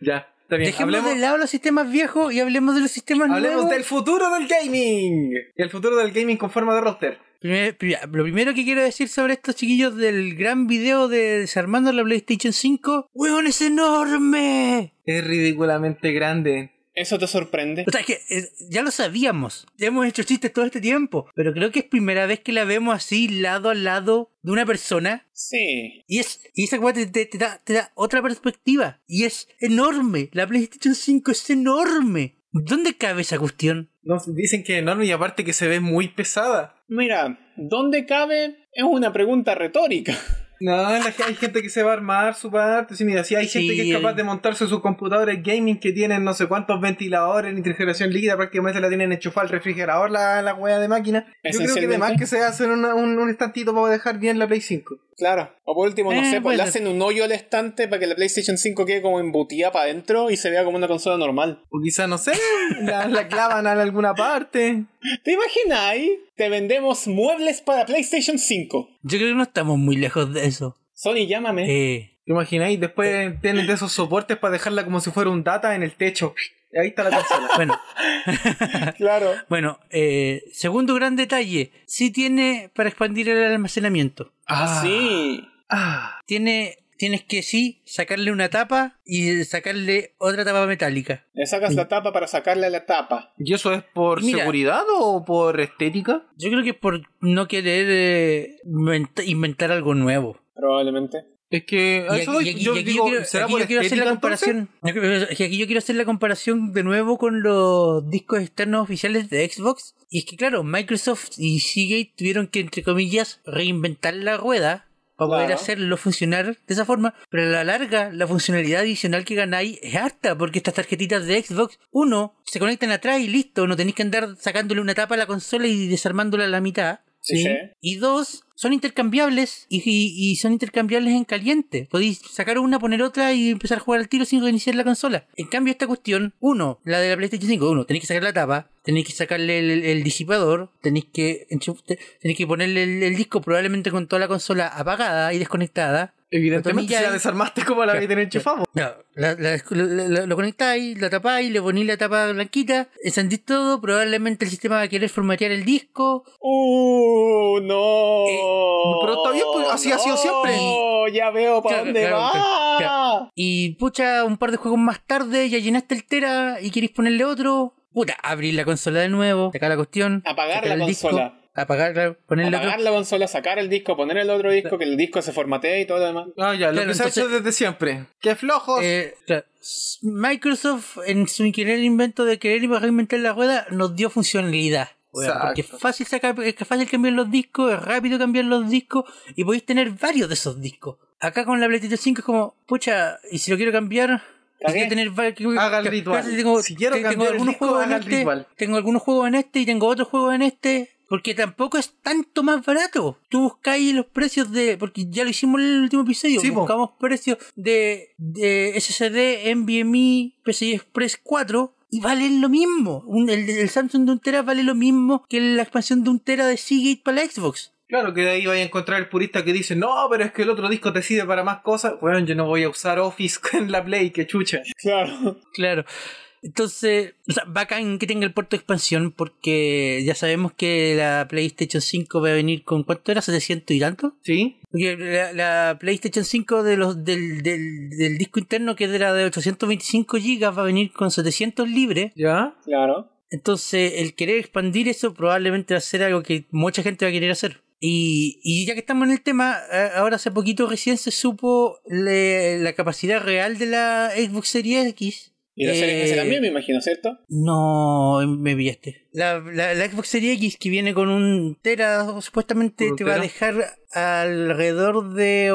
Speaker 3: Ya, está bien.
Speaker 1: Dejemos
Speaker 3: hablemos-
Speaker 1: de lado los sistemas viejos y hablemos de los sistemas
Speaker 3: Hablemos
Speaker 1: nuevos.
Speaker 3: del futuro del gaming. El futuro del gaming con forma de roster.
Speaker 1: Primer- pri- lo primero que quiero decir sobre estos chiquillos del gran video de desarmando la PlayStation 5, ¡Huevón es enorme!
Speaker 3: Es ridículamente grande.
Speaker 2: ¿Eso te sorprende?
Speaker 1: O sea, es que eh, ya lo sabíamos, ya hemos hecho chistes todo este tiempo, pero creo que es primera vez que la vemos así lado a lado de una persona
Speaker 2: Sí.
Speaker 1: y, es, y esa weá te, te- te da, te da otra perspectiva y es enorme, la PlayStation 5 es enorme. ¿Dónde cabe esa cuestión?
Speaker 3: No, dicen que es enorme y aparte que se ve muy pesada.
Speaker 2: Mira, ¿dónde cabe? Es una pregunta retórica.
Speaker 3: No, la ge- hay gente que se va a armar su parte. Sí, mira, sí, hay gente
Speaker 1: Sí,
Speaker 3: que es capaz
Speaker 1: el-
Speaker 3: de montarse sus computadores gaming que tienen no sé cuántos ventiladores, refrigeración líquida, prácticamente la tienen enchufada al refrigerador, la, la wea de máquina. Yo creo que
Speaker 2: Esencialmente.
Speaker 3: además que se hacen una- un, un estantito para dejar bien la Play 5.
Speaker 2: Claro. O por último, no
Speaker 1: Eh,
Speaker 2: sé, pues
Speaker 1: puede
Speaker 2: le
Speaker 1: ser.
Speaker 2: hacen un hoyo al estante para que la PlayStation 5 quede como embutida para adentro y se vea como una consola normal.
Speaker 3: O quizá, no sé, la, la clavan en alguna parte.
Speaker 2: ¿Te imaginas ahí? Te vendemos muebles para PlayStation 5.
Speaker 1: Yo creo que no estamos muy lejos de eso.
Speaker 2: Sony, llámame.
Speaker 1: Eh,
Speaker 3: ¿Te imagináis? Después tienen de esos soportes para dejarla como si fuera un data en el techo. Ahí está la consola.
Speaker 1: bueno,
Speaker 2: Claro.
Speaker 1: bueno, eh, segundo gran detalle, sí tiene para expandir el almacenamiento.
Speaker 3: Ah,
Speaker 2: Sí.
Speaker 3: Ah,
Speaker 1: Tiene, tienes que sí sacarle una tapa y sacarle otra tapa metálica.
Speaker 2: Le sacas la tapa para sacarle la tapa.
Speaker 3: ¿Y eso es por
Speaker 1: Mira.
Speaker 3: seguridad o por estética?
Speaker 1: Yo creo que es por no querer eh, invent- inventar algo nuevo.
Speaker 2: Probablemente.
Speaker 3: Es que Eh, a
Speaker 1: Y aquí-
Speaker 3: eso voy.
Speaker 1: y aquí-
Speaker 3: yo
Speaker 1: y aquí
Speaker 3: digo,
Speaker 1: yo quiero-
Speaker 3: ¿será
Speaker 1: aquí
Speaker 3: por
Speaker 1: yo quiero hacer
Speaker 3: estética,
Speaker 1: la
Speaker 3: entonces?
Speaker 1: comparación. Yo creo- es que Aquí yo quiero hacer la comparación de nuevo con los discos externos oficiales de Xbox. Y es que, claro, Microsoft y Seagate tuvieron que, entre comillas, reinventar la rueda para poder
Speaker 2: Claro.
Speaker 1: hacerlo funcionar de esa forma. Pero a la larga, la funcionalidad adicional que ganáis es harta, porque estas tarjetitas de Xbox, uno, se conectan atrás y listo. No tenéis que andar sacándole una tapa a la consola y desarmándola a la mitad.
Speaker 2: Sí. sí.
Speaker 1: Y dos, son intercambiables y, y- y son intercambiables en caliente. Podéis sacar una, poner otra y empezar a jugar al tiro sin reiniciar la consola. En cambio, esta cuestión, uno, la de la PlayStation 5, uno, tenéis que sacar la tapa, tenéis que sacarle el, el- el disipador, tenéis que, enchuf- te- tenéis que ponerle el, el disco probablemente con toda la consola apagada y desconectada.
Speaker 3: Evidentemente,
Speaker 1: Entonces,
Speaker 3: si
Speaker 1: ya-
Speaker 3: la desarmaste como la que
Speaker 1: Ya,
Speaker 3: tiene
Speaker 1: ya.
Speaker 3: enchufamos.
Speaker 1: No, la- la- la- la- lo conectáis, la tapáis, le ponéis la tapa blanquita, encendís todo, probablemente el sistema va a querer formatear el disco,
Speaker 2: Uh, no.
Speaker 3: Eh, pero está bien, pues, así ha sido siempre.
Speaker 2: No, ya veo para
Speaker 1: Claro,
Speaker 2: dónde
Speaker 1: claro,
Speaker 2: va.
Speaker 1: claro, claro. Y pucha, un par de juegos más tarde ya llenaste el Tera y queréis ponerle otro. Puta, abrir la consola de nuevo, sacar la cuestión.
Speaker 2: Apagar
Speaker 1: sacar
Speaker 2: la
Speaker 1: el disco,
Speaker 2: consola.
Speaker 1: apagar, claro, ponerle
Speaker 2: Apagar
Speaker 1: otro.
Speaker 2: la consola, sacar el disco, poner el otro disco, que el disco se formatea y todo lo demás.
Speaker 3: Ah, ya, lo
Speaker 1: Claro,
Speaker 3: que se ha hecho
Speaker 1: entonces-
Speaker 3: desde siempre. ¡Qué flojos!
Speaker 1: Eh, claro. S- Microsoft, en su querer invento de querer y reinventar la rueda, nos dio funcionalidad. weón,
Speaker 3: Exacto.
Speaker 1: porque es fácil, sacar, es que es fácil cambiar los discos, es rápido cambiar los discos y podéis tener varios de esos discos. Acá con la PlayStation 5 es como, pucha, y si lo quiero cambiar,
Speaker 2: Cagué.
Speaker 1: quiero tener varios.
Speaker 3: Haga el
Speaker 1: Claro,
Speaker 3: ritual.
Speaker 1: claro, Tengo,
Speaker 3: Si quiero
Speaker 1: te- tengo
Speaker 3: cambiar el
Speaker 1: algunos
Speaker 3: disco,
Speaker 1: juegos en
Speaker 3: haga el
Speaker 1: este,
Speaker 3: ritual.
Speaker 1: Tengo algunos juegos en este y tengo otros juegos en este. Porque tampoco es tanto más barato. Tú buscáis los precios de. Porque ya lo hicimos en el último episodio.
Speaker 3: Sí, po.
Speaker 1: buscamos precios de, de SSD, NVMe, PCI Express 4. Y valen lo mismo. Un- el, el Samsung de un tera vale lo mismo que la expansión de un tera de Seagate para la Xbox.
Speaker 3: Claro que de ahí vaya a encontrar el purista que dice, no, pero es que el otro disco te sirve para más cosas. Bueno, yo no voy a usar Office en la Play, que chucha.
Speaker 2: Claro.
Speaker 1: Claro. Entonces, o sea, bacán que tenga el puerto de expansión porque ya sabemos que la PlayStation 5 va a venir con ¿cuánto era? ¿700 y tanto?
Speaker 3: ¿Sí?
Speaker 1: Porque la, la PlayStation 5 de los, del, del, del disco interno que era de 825 GB va a venir con 700 libres.
Speaker 3: ¿Ya?
Speaker 2: Claro.
Speaker 1: Entonces, el querer expandir eso probablemente va a ser algo que mucha gente va a querer hacer. Y, y ya que estamos en el tema, eh, ahora hace poquito recién se supo le- la capacidad real de la Xbox Series X.
Speaker 2: Y la serie
Speaker 1: Eh,
Speaker 2: S también, me imagino, ¿cierto?
Speaker 1: no, me pillaste. La, la, la Xbox Series X que viene con un Tera supuestamente
Speaker 3: ¿Con un
Speaker 1: te va a
Speaker 3: tera?
Speaker 1: dejar alrededor de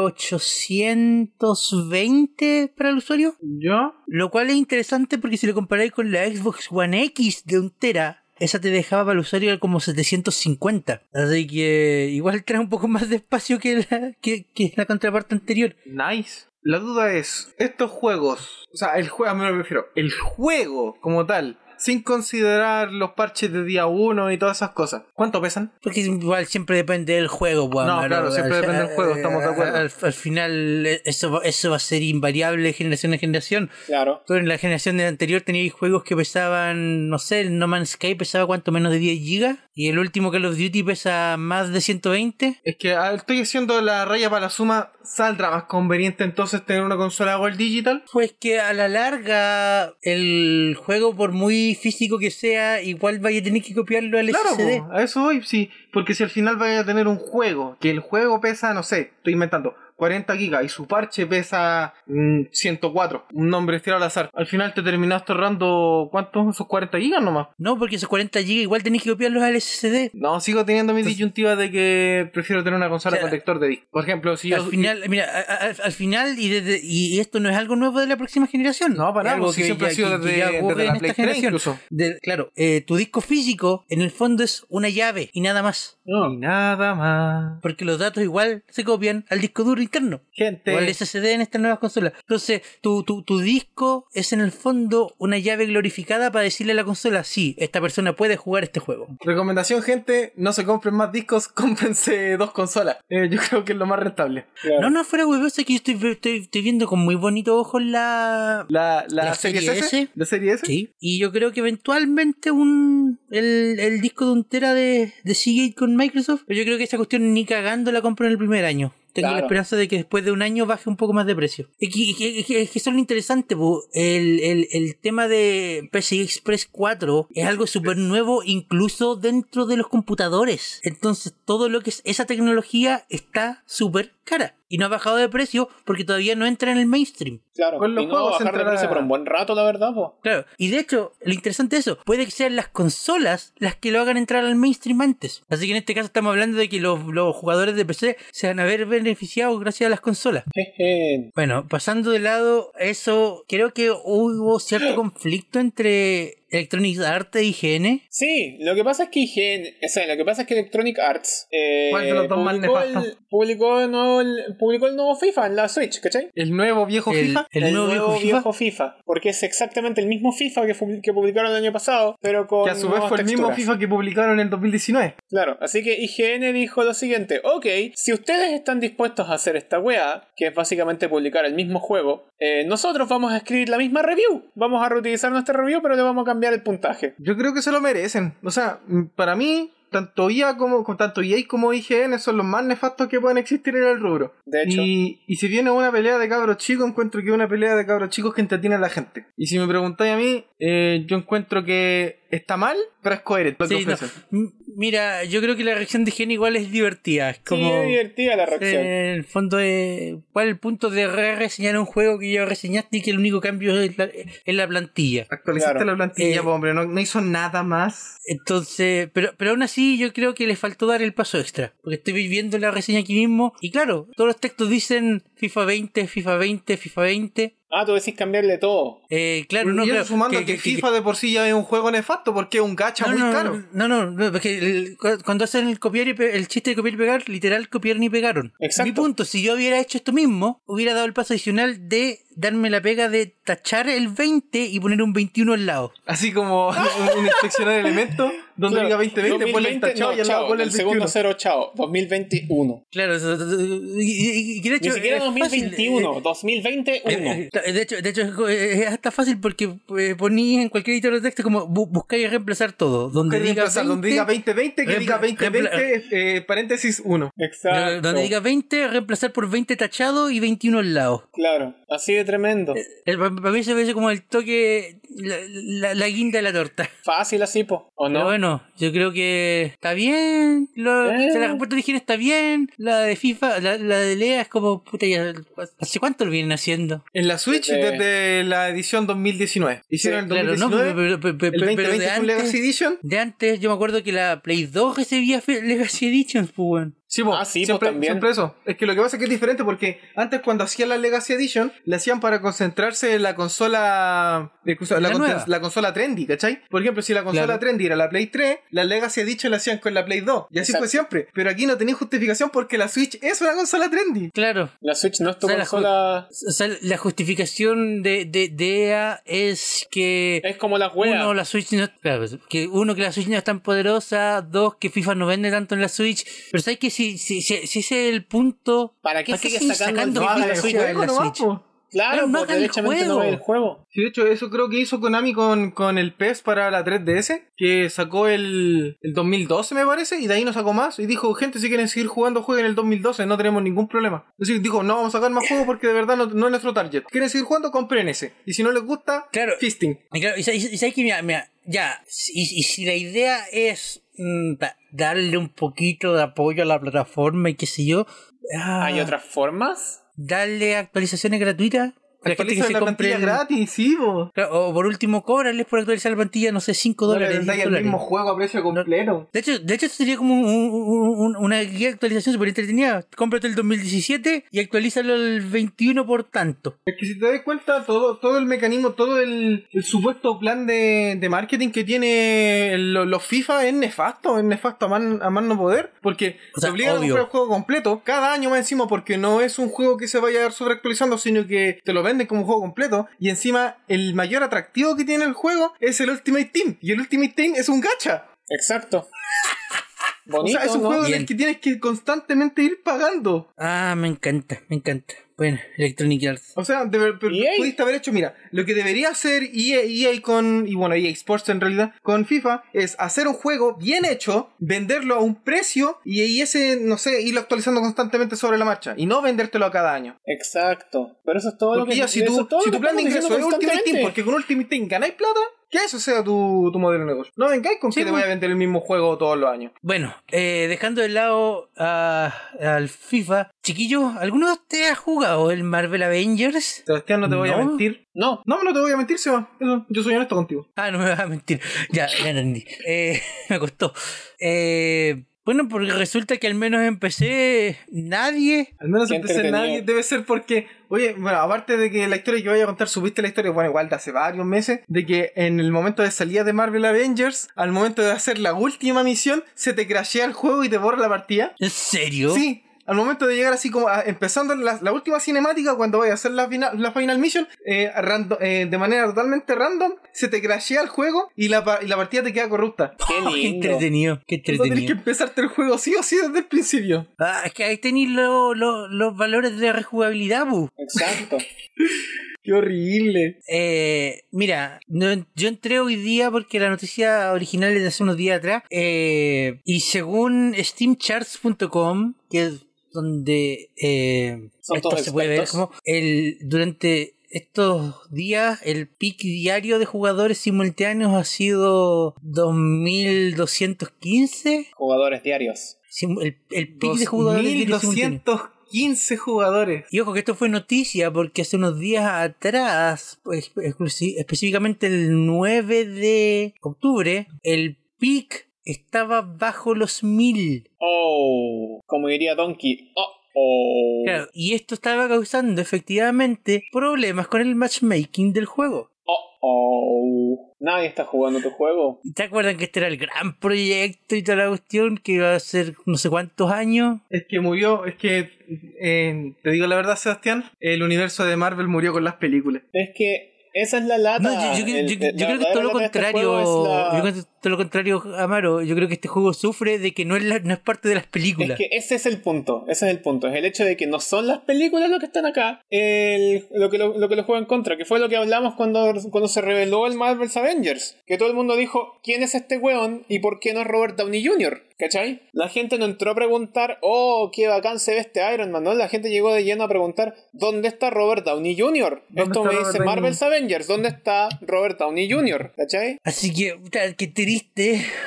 Speaker 1: 820 para el usuario.
Speaker 3: ¿Ya?
Speaker 1: Lo cual es interesante porque si lo comparáis con la Xbox One X de un Tera, esa te dejaba para el usuario como 750. Así que igual trae un poco más de espacio que la, que, que la contraparte anterior.
Speaker 3: Nice. La duda es, estos juegos, o sea, el juego, a mí me refiero, el juego como tal, sin considerar los parches de día 1 y todas esas cosas, ¿cuánto pesan?
Speaker 1: Porque igual siempre depende del juego, weón,
Speaker 3: No,
Speaker 1: mano.
Speaker 3: claro, siempre depende del juego, estamos de acuerdo.
Speaker 1: eh, Al, al final, eh, eso, va- eso va a ser invariable de generación a generación.
Speaker 2: Claro.
Speaker 1: Tú en la generación de anterior tenías juegos que pesaban, no sé, el No Man's Sky pesaba cuánto menos de 10 gigas. Y el último Call of Duty pesa más de 120.
Speaker 3: Es que ah, estoy haciendo la raya para la suma, ¿saldrá más conveniente entonces tener una consola Gold Digital?
Speaker 1: Pues que a la larga, el juego, por muy físico que sea, igual vaya a tener que copiarlo al
Speaker 3: Claro,
Speaker 1: SSD.
Speaker 3: po, a eso voy, sí, porque si al final vaya a tener un juego, que el juego pesa, no sé, estoy inventando, 40 gigas y su parche pesa mm, 104. Un nombre estirado al azar. Al final te terminaste ahorrando, ¿cuántos? Esos 40 gigas nomás.
Speaker 1: No, porque esos 40 GB igual tenés que copiarlos al SSD.
Speaker 3: No, sigo teniendo mi disyuntiva de que prefiero tener una consola
Speaker 1: Claro.
Speaker 3: con lector de disco. Por ejemplo, si yo...
Speaker 1: Al final, mira, a- a- al, al final, y, desde, y esto no es algo nuevo de la próxima generación.
Speaker 3: No, para
Speaker 1: Es
Speaker 3: nada,
Speaker 1: algo
Speaker 3: pues, si siempre ha sido desde-
Speaker 1: ya
Speaker 3: desde
Speaker 1: ocurre
Speaker 3: la
Speaker 1: en
Speaker 3: Play
Speaker 1: esta
Speaker 3: 3
Speaker 1: generación.
Speaker 3: incluso.
Speaker 1: De- claro, eh, tu disco físico, en el fondo, es una llave y nada más.
Speaker 3: Y nada más.
Speaker 1: Porque los datos igual se copian al disco duro interno.
Speaker 3: Gente.
Speaker 1: O al SSD en estas nuevas consolas. Entonces, tu, tu, tu disco es en el fondo una llave glorificada para decirle a la consola, sí, esta persona puede jugar este juego.
Speaker 3: Recomendación, gente, no se compren más discos, cómprense dos consolas. Eh, yo creo que es lo más rentable.
Speaker 2: Claro.
Speaker 1: No, no, fuera huevón, sé que yo estoy, estoy, estoy viendo con muy bonito ojo la...
Speaker 3: La, la,
Speaker 1: ¿La
Speaker 3: serie
Speaker 1: serie
Speaker 3: S,
Speaker 1: S?
Speaker 3: la serie S.
Speaker 1: Sí, y yo creo que eventualmente un el, el disco de un tera de, de Seagate con Microsoft, pero yo creo que esa cuestión ni cagando la compro en el primer año. Tengo la
Speaker 2: Claro.
Speaker 1: esperanza de que después de un año baje un poco más de precio. Es que, es que- es que- es que eso es lo interesante, po. El, el- el tema de PCI Express 4 es algo súper nuevo incluso dentro de los computadores. Entonces todo lo que es esa tecnología está súper cara. Y no ha bajado de precio porque todavía no entra en el mainstream.
Speaker 2: Claro,
Speaker 3: Con los
Speaker 2: y no va a
Speaker 3: juegos
Speaker 2: bajar de
Speaker 3: entrará-
Speaker 2: precio por un buen rato, la verdad, po.
Speaker 1: Claro, y de hecho, lo interesante de eso, puede que sean las consolas las que lo hagan entrar al mainstream antes. Así que en este caso estamos hablando de que los, los jugadores de PC se van a ver beneficiados gracias a las consolas.
Speaker 2: Jeje.
Speaker 1: Bueno, pasando de lado eso, creo que hubo cierto conflicto entre Electronic Arts e IGN.
Speaker 2: Sí, lo que pasa es que IGN, o sea, lo que pasa es que Electronic Arts eh,
Speaker 3: ¿Cuál de los dos más
Speaker 2: publicó,
Speaker 3: nefasto?
Speaker 2: el, publicó, el nuevo, el- publicó el nuevo FIFA en la Switch, ¿cachai?
Speaker 3: El nuevo viejo
Speaker 1: El-
Speaker 3: FIFA.
Speaker 1: el- nuevo viejo FIFA?
Speaker 2: Porque es exactamente el mismo FIFA que, fu- que publicaron el año pasado, pero con.
Speaker 3: Que a su vez
Speaker 2: nuevas
Speaker 3: fue el mismo
Speaker 2: texturas.
Speaker 3: FIFA que publicaron en 2019.
Speaker 2: Claro, así que IGN dijo lo siguiente: Ok, si ustedes están dispuestos a hacer esta weá, que es básicamente publicar el mismo juego, eh, nosotros vamos a escribir la misma review. Vamos a reutilizar nuestra review, pero le vamos a cambiar el puntaje.
Speaker 3: Yo creo que se lo merecen. O sea, mm, para mí, tanto IA como, con tanto EA como IGN son los más nefastos que pueden existir en el rubro.
Speaker 2: De hecho.
Speaker 3: Y, y si viene una pelea de cabros chicos, encuentro que es una pelea de cabros chicos que entretiene a la gente. Y si me preguntáis a mí, eh, yo encuentro que está mal, pero es coherente. lo que
Speaker 1: Sí, no.
Speaker 3: ofrecen.
Speaker 1: M- Mira, yo creo que la reacción de IGN igual es divertida. Es como...
Speaker 2: Sí, es divertida la reacción.
Speaker 1: En el fondo, eh, ¿cuál es el punto de re reseñar un juego que ya reseñaste y que el único cambio es la, es la plantilla?
Speaker 3: Actualizaste
Speaker 2: Claro.
Speaker 3: la plantilla,
Speaker 1: Eh,
Speaker 3: po, hombre, no, no hizo nada más.
Speaker 1: Entonces, pero, pero aún así yo creo que les faltó dar el paso extra, porque estoy viviendo la reseña aquí mismo y claro, todos los textos dicen FIFA 20, FIFA 20, FIFA 20.
Speaker 2: Ah, tú decís cambiarle todo.
Speaker 1: Eh, claro,
Speaker 3: Pero
Speaker 1: no,
Speaker 3: no,
Speaker 1: claro,
Speaker 3: sumando que, FIFA de por sí ya es un juego nefasto porque es un gacha
Speaker 1: no,
Speaker 3: muy
Speaker 1: no,
Speaker 3: caro.
Speaker 1: no, no, no, porque el- cu- cuando hacen el copiar y pe- el chiste de copiar y pegar, literal copiaron y pegaron.
Speaker 2: Exacto.
Speaker 1: Mi punto, si yo hubiera hecho esto mismo, hubiera dado el paso adicional de darme la pega de tachar el 20 y poner un 21 al lado.
Speaker 3: Así como un un inspeccionar elementos donde
Speaker 2: Claro,
Speaker 3: diga 2020, ponle el
Speaker 2: 2020,
Speaker 3: tachado
Speaker 2: no,
Speaker 3: y al lado
Speaker 2: chao,
Speaker 3: ponle el
Speaker 2: el segundo
Speaker 3: 21.
Speaker 2: cero, chao. 2021.
Speaker 1: Claro, eso- y, y- y que de
Speaker 2: Ni
Speaker 1: hecho
Speaker 2: siquiera
Speaker 1: es fácil,
Speaker 2: 2021,
Speaker 1: eh,
Speaker 2: 2021.
Speaker 1: Eh, De hecho, de hecho es es hasta fácil porque eh, ponís en cualquier editor de texto como bu- buscar y reemplazar todo. Donde
Speaker 3: Donde
Speaker 1: diga,
Speaker 3: diga,
Speaker 1: 20,
Speaker 3: donde diga 2020, que
Speaker 1: Reempla-
Speaker 3: diga 2020, eh, paréntesis 1.
Speaker 1: eh,
Speaker 2: Exacto.
Speaker 1: donde diga 20, reemplazar por 20 tachado y 21 al lado.
Speaker 2: Claro, así de tremendo.
Speaker 1: Eh, pa- Para mí se ve como el toque, la, la- la guinda de la torta.
Speaker 2: Fácil así, po. ¿O
Speaker 1: Pero
Speaker 2: no?
Speaker 1: bueno, yo creo que está bien. Lo,
Speaker 2: Eh.
Speaker 1: o sea, la respuesta de higiene está bien. La de FIFA, la, la de Lea es como, puta, ya, ¿hace cuánto lo vienen haciendo?
Speaker 3: En la Switch
Speaker 2: Desde-
Speaker 3: desde, la edición 2019. Hicieron el
Speaker 1: Claro, no,
Speaker 3: 2019,
Speaker 1: pero- pero- pero- pero-
Speaker 3: el
Speaker 1: pero
Speaker 3: 2020
Speaker 1: de
Speaker 3: fue un Legacy
Speaker 1: antes.
Speaker 3: Edition.
Speaker 1: De antes, yo me acuerdo que la Play 2 recibía fe- Legacy Editions, pues, weón.
Speaker 3: Sí, po,
Speaker 2: Ah, sí, po,
Speaker 3: siempre,
Speaker 2: también.
Speaker 3: siempre eso. Es que lo que pasa es que es diferente porque antes cuando hacían la Legacy Edition, la hacían para concentrarse en la consola la,
Speaker 1: En la
Speaker 3: con-
Speaker 1: nueva.
Speaker 3: la consola trendy, ¿cachai? Por ejemplo, si la consola
Speaker 1: Claro.
Speaker 3: trendy era la Play 3, la Legacy Edition la hacían con la Play 2. Y así
Speaker 2: Exacto.
Speaker 3: fue siempre. Pero aquí no tenía justificación porque la Switch es una consola trendy.
Speaker 1: Claro.
Speaker 2: La Switch no es tu
Speaker 1: O sea, la
Speaker 2: consola.
Speaker 1: O sea, la justificación de, de, de EA es que
Speaker 2: Es como las weas.
Speaker 1: uno, la Switch no, claro, que uno, que la Switch no es tan poderosa, dos, que FIFA no vende tanto en la Switch, pero sabes que si, si, si, si ese es el punto,
Speaker 2: ¿Para qué
Speaker 1: ¿para qué
Speaker 2: sigues
Speaker 1: sigues
Speaker 2: sacando,
Speaker 1: sacando
Speaker 2: el
Speaker 1: FIFA
Speaker 2: FIFA de
Speaker 1: de juego? la
Speaker 2: Switch?
Speaker 3: nomás,
Speaker 1: Switch.
Speaker 3: po.
Speaker 2: Claro,
Speaker 1: Pero no
Speaker 2: pues,
Speaker 1: hagan el
Speaker 2: derechamente no
Speaker 1: juego.
Speaker 2: ve el juego.
Speaker 3: Sí, de hecho, eso creo que hizo Konami con, con el PES para la 3DS, que sacó el, el 2012, me parece, y de ahí no sacó más. Y dijo, gente, si quieren seguir jugando, jueguen el 2012, no tenemos ningún problema. Así que dijo, no vamos a sacar más juegos porque de verdad no, no es nuestro target. ¿Quieren seguir jugando? Compren ese. Y si no les gusta,
Speaker 1: Claro.
Speaker 3: fisting.
Speaker 1: Y claro, y, sa- y sabes que, mira, mira, ya, y, y si la idea es mm, da- darle un poquito de apoyo a la plataforma y qué sé yo, Ah,
Speaker 2: ¿Hay otras formas?
Speaker 1: Darle actualizaciones gratuitas. La gente que
Speaker 3: Actualizan
Speaker 1: se
Speaker 3: la
Speaker 1: compre
Speaker 3: plantilla
Speaker 1: el-
Speaker 3: gratis, sí, vos.
Speaker 1: Claro, O por último, cóbrales por actualizar la plantilla, no sé, 5
Speaker 3: No le
Speaker 1: dólares. 10
Speaker 3: vendáis el
Speaker 1: dólares.
Speaker 3: mismo juego a precio completo.
Speaker 1: De hecho, de hecho, esto sería como un- un- un- una guía de actualización súper entretenida. Cómprate el 2017 y actualízalo el 21 por tanto.
Speaker 3: Es que si te das cuenta, todo, todo el mecanismo, todo el, el supuesto plan de, de marketing que tiene lo- los FIFA es nefasto, es nefasto a man, a man no poder, porque
Speaker 1: O sea,
Speaker 3: te obligan
Speaker 1: obvio.
Speaker 3: a comprar el juego completo cada año más encima, porque no es un juego que se vaya a ir sobreactualizando, sino que te lo venden como un juego completo, y encima el mayor atractivo que tiene el juego es el Ultimate Team, y el Ultimate Team es un gacha.
Speaker 2: Exacto.
Speaker 3: O
Speaker 2: Bonito,
Speaker 3: sea, es un
Speaker 2: ¿no?
Speaker 3: juego en
Speaker 1: Bien.
Speaker 3: el que tienes que constantemente ir pagando.
Speaker 1: Ah, me encanta, me encanta. Bueno, Electronic Arts.
Speaker 3: O sea, de ver- pero
Speaker 2: EA.
Speaker 3: pudiste haber hecho, mira, lo que debería hacer E EA, EA con, y bueno, EA Sports en realidad, con FIFA, es hacer un juego bien hecho, venderlo a un precio y, y ese, no sé, irlo actualizando constantemente sobre la marcha y no vendértelo a cada año.
Speaker 2: Exacto. Pero eso es todo lo
Speaker 3: Porque
Speaker 2: que
Speaker 3: ya, si
Speaker 2: eso
Speaker 3: tu,
Speaker 2: es todo
Speaker 3: si
Speaker 2: lo
Speaker 3: tu
Speaker 2: que
Speaker 3: plan de
Speaker 2: estamos
Speaker 3: ingreso es
Speaker 2: diciendo
Speaker 3: Ultimate Team,
Speaker 2: constantemente.
Speaker 3: porque con Ultimate Team ganáis plata, que eso sea tu, tu modelo de negocio. No vengáis con
Speaker 1: Sí,
Speaker 3: que te
Speaker 1: pues.
Speaker 3: voy a vender el mismo juego todos los años.
Speaker 1: Bueno, eh, dejando de lado a- al FIFA, chiquillos, ¿alguno de ustedes ha jugado el Marvel Avengers?
Speaker 3: Sebastián, no te voy a
Speaker 1: No.
Speaker 3: mentir.
Speaker 2: No.
Speaker 3: No, no te voy a mentir, Seba. Eso, yo soy honesto contigo.
Speaker 1: Ah, no me vas a mentir. Ya, ya entendí. Eh, me costó. Eh, bueno, porque resulta que al menos empecé nadie.
Speaker 3: Al menos
Speaker 2: Qué
Speaker 3: empecé
Speaker 2: entretenido.
Speaker 3: nadie. Debe ser porque, oye, bueno, aparte de que la historia que voy a contar, subiste la historia, bueno, igual de hace varios meses, de que en el momento de salida de Marvel Avengers, al momento de hacer la última misión, se te crashea el juego y te borra la partida.
Speaker 1: ¿En serio?
Speaker 3: Sí. Al momento de llegar así como a- empezando la, la última cinemática, cuando vayas a hacer la final, la final mission, eh, rando- eh, de manera totalmente random, se te crashea el juego y la, pa- y la partida te queda corrupta.
Speaker 2: Qué
Speaker 1: Oh, qué
Speaker 2: lindo.
Speaker 1: entretenido, qué
Speaker 3: Entonces tienes que
Speaker 1: entretenido.
Speaker 3: empezarte el juego sí o sí desde el principio.
Speaker 1: Ah, es que ahí tenéis lo- lo- los valores de rejugabilidad, bu.
Speaker 2: Exacto.
Speaker 3: Qué horrible.
Speaker 1: Eh, mira, no- yo entré hoy día porque la noticia original es de hace unos días atrás. eh, y según steamcharts.com, que es donde eh,
Speaker 2: Son
Speaker 1: esto
Speaker 2: todos
Speaker 1: se puede ver,
Speaker 2: expertos.
Speaker 1: como el, durante estos días el pic diario de jugadores simultáneos ha sido 2215.
Speaker 2: Jugadores diarios.
Speaker 1: Sim- El, el pic de jugadores diarios simultáneos.
Speaker 3: 2.215 jugadores.
Speaker 1: Y ojo que esto fue noticia porque hace unos días atrás, pues, exclusi- específicamente el 9 de octubre, el PIC estaba bajo los 1000.
Speaker 2: Oh. Como diría Donkey. Oh. Oh.
Speaker 1: Claro, y esto estaba causando efectivamente problemas con el matchmaking del juego.
Speaker 2: Oh. Oh. Nadie está jugando tu juego.
Speaker 1: ¿Te acuerdan que este era el gran proyecto y toda la cuestión que iba a ser no sé cuántos años?
Speaker 3: Es que murió, es que, eh, te digo la verdad, Sebastián, el universo de Marvel murió con las películas.
Speaker 2: Es que esa es la lata.
Speaker 1: No, yo, yo creo-
Speaker 2: El-
Speaker 1: yo- yo creo
Speaker 2: la
Speaker 1: que
Speaker 2: verdadera
Speaker 1: todo lo
Speaker 2: lata de este
Speaker 1: contrario.
Speaker 2: juego es la-
Speaker 1: Yo creo que todo lo contrario, Amaro. Yo creo que este juego sufre de que no es, la- no es parte de las películas.
Speaker 2: Es que ese es el punto, ese es el punto. Es el hecho de que no son las películas lo que están acá, el- lo, que lo, lo que lo juegan contra, que fue lo que hablamos cuando, cuando se reveló el Marvel's Avengers. Que todo el mundo dijo, ¿quién es este weón y por qué no es Robert Downey Jr.? ¿Cachai? La gente no entró a preguntar, oh, qué bacán se ve este Iron Man, ¿no? La gente llegó de lleno a preguntar, ¿dónde está Robert Downey Jr.?
Speaker 3: ¿Dónde
Speaker 2: Esto
Speaker 3: está
Speaker 2: me
Speaker 3: Robert
Speaker 2: dice
Speaker 3: Downey?
Speaker 2: Marvel's Avengers, ¿dónde está Robert Downey Jr.? ¿Cachai?
Speaker 1: Así que, puta, qué triste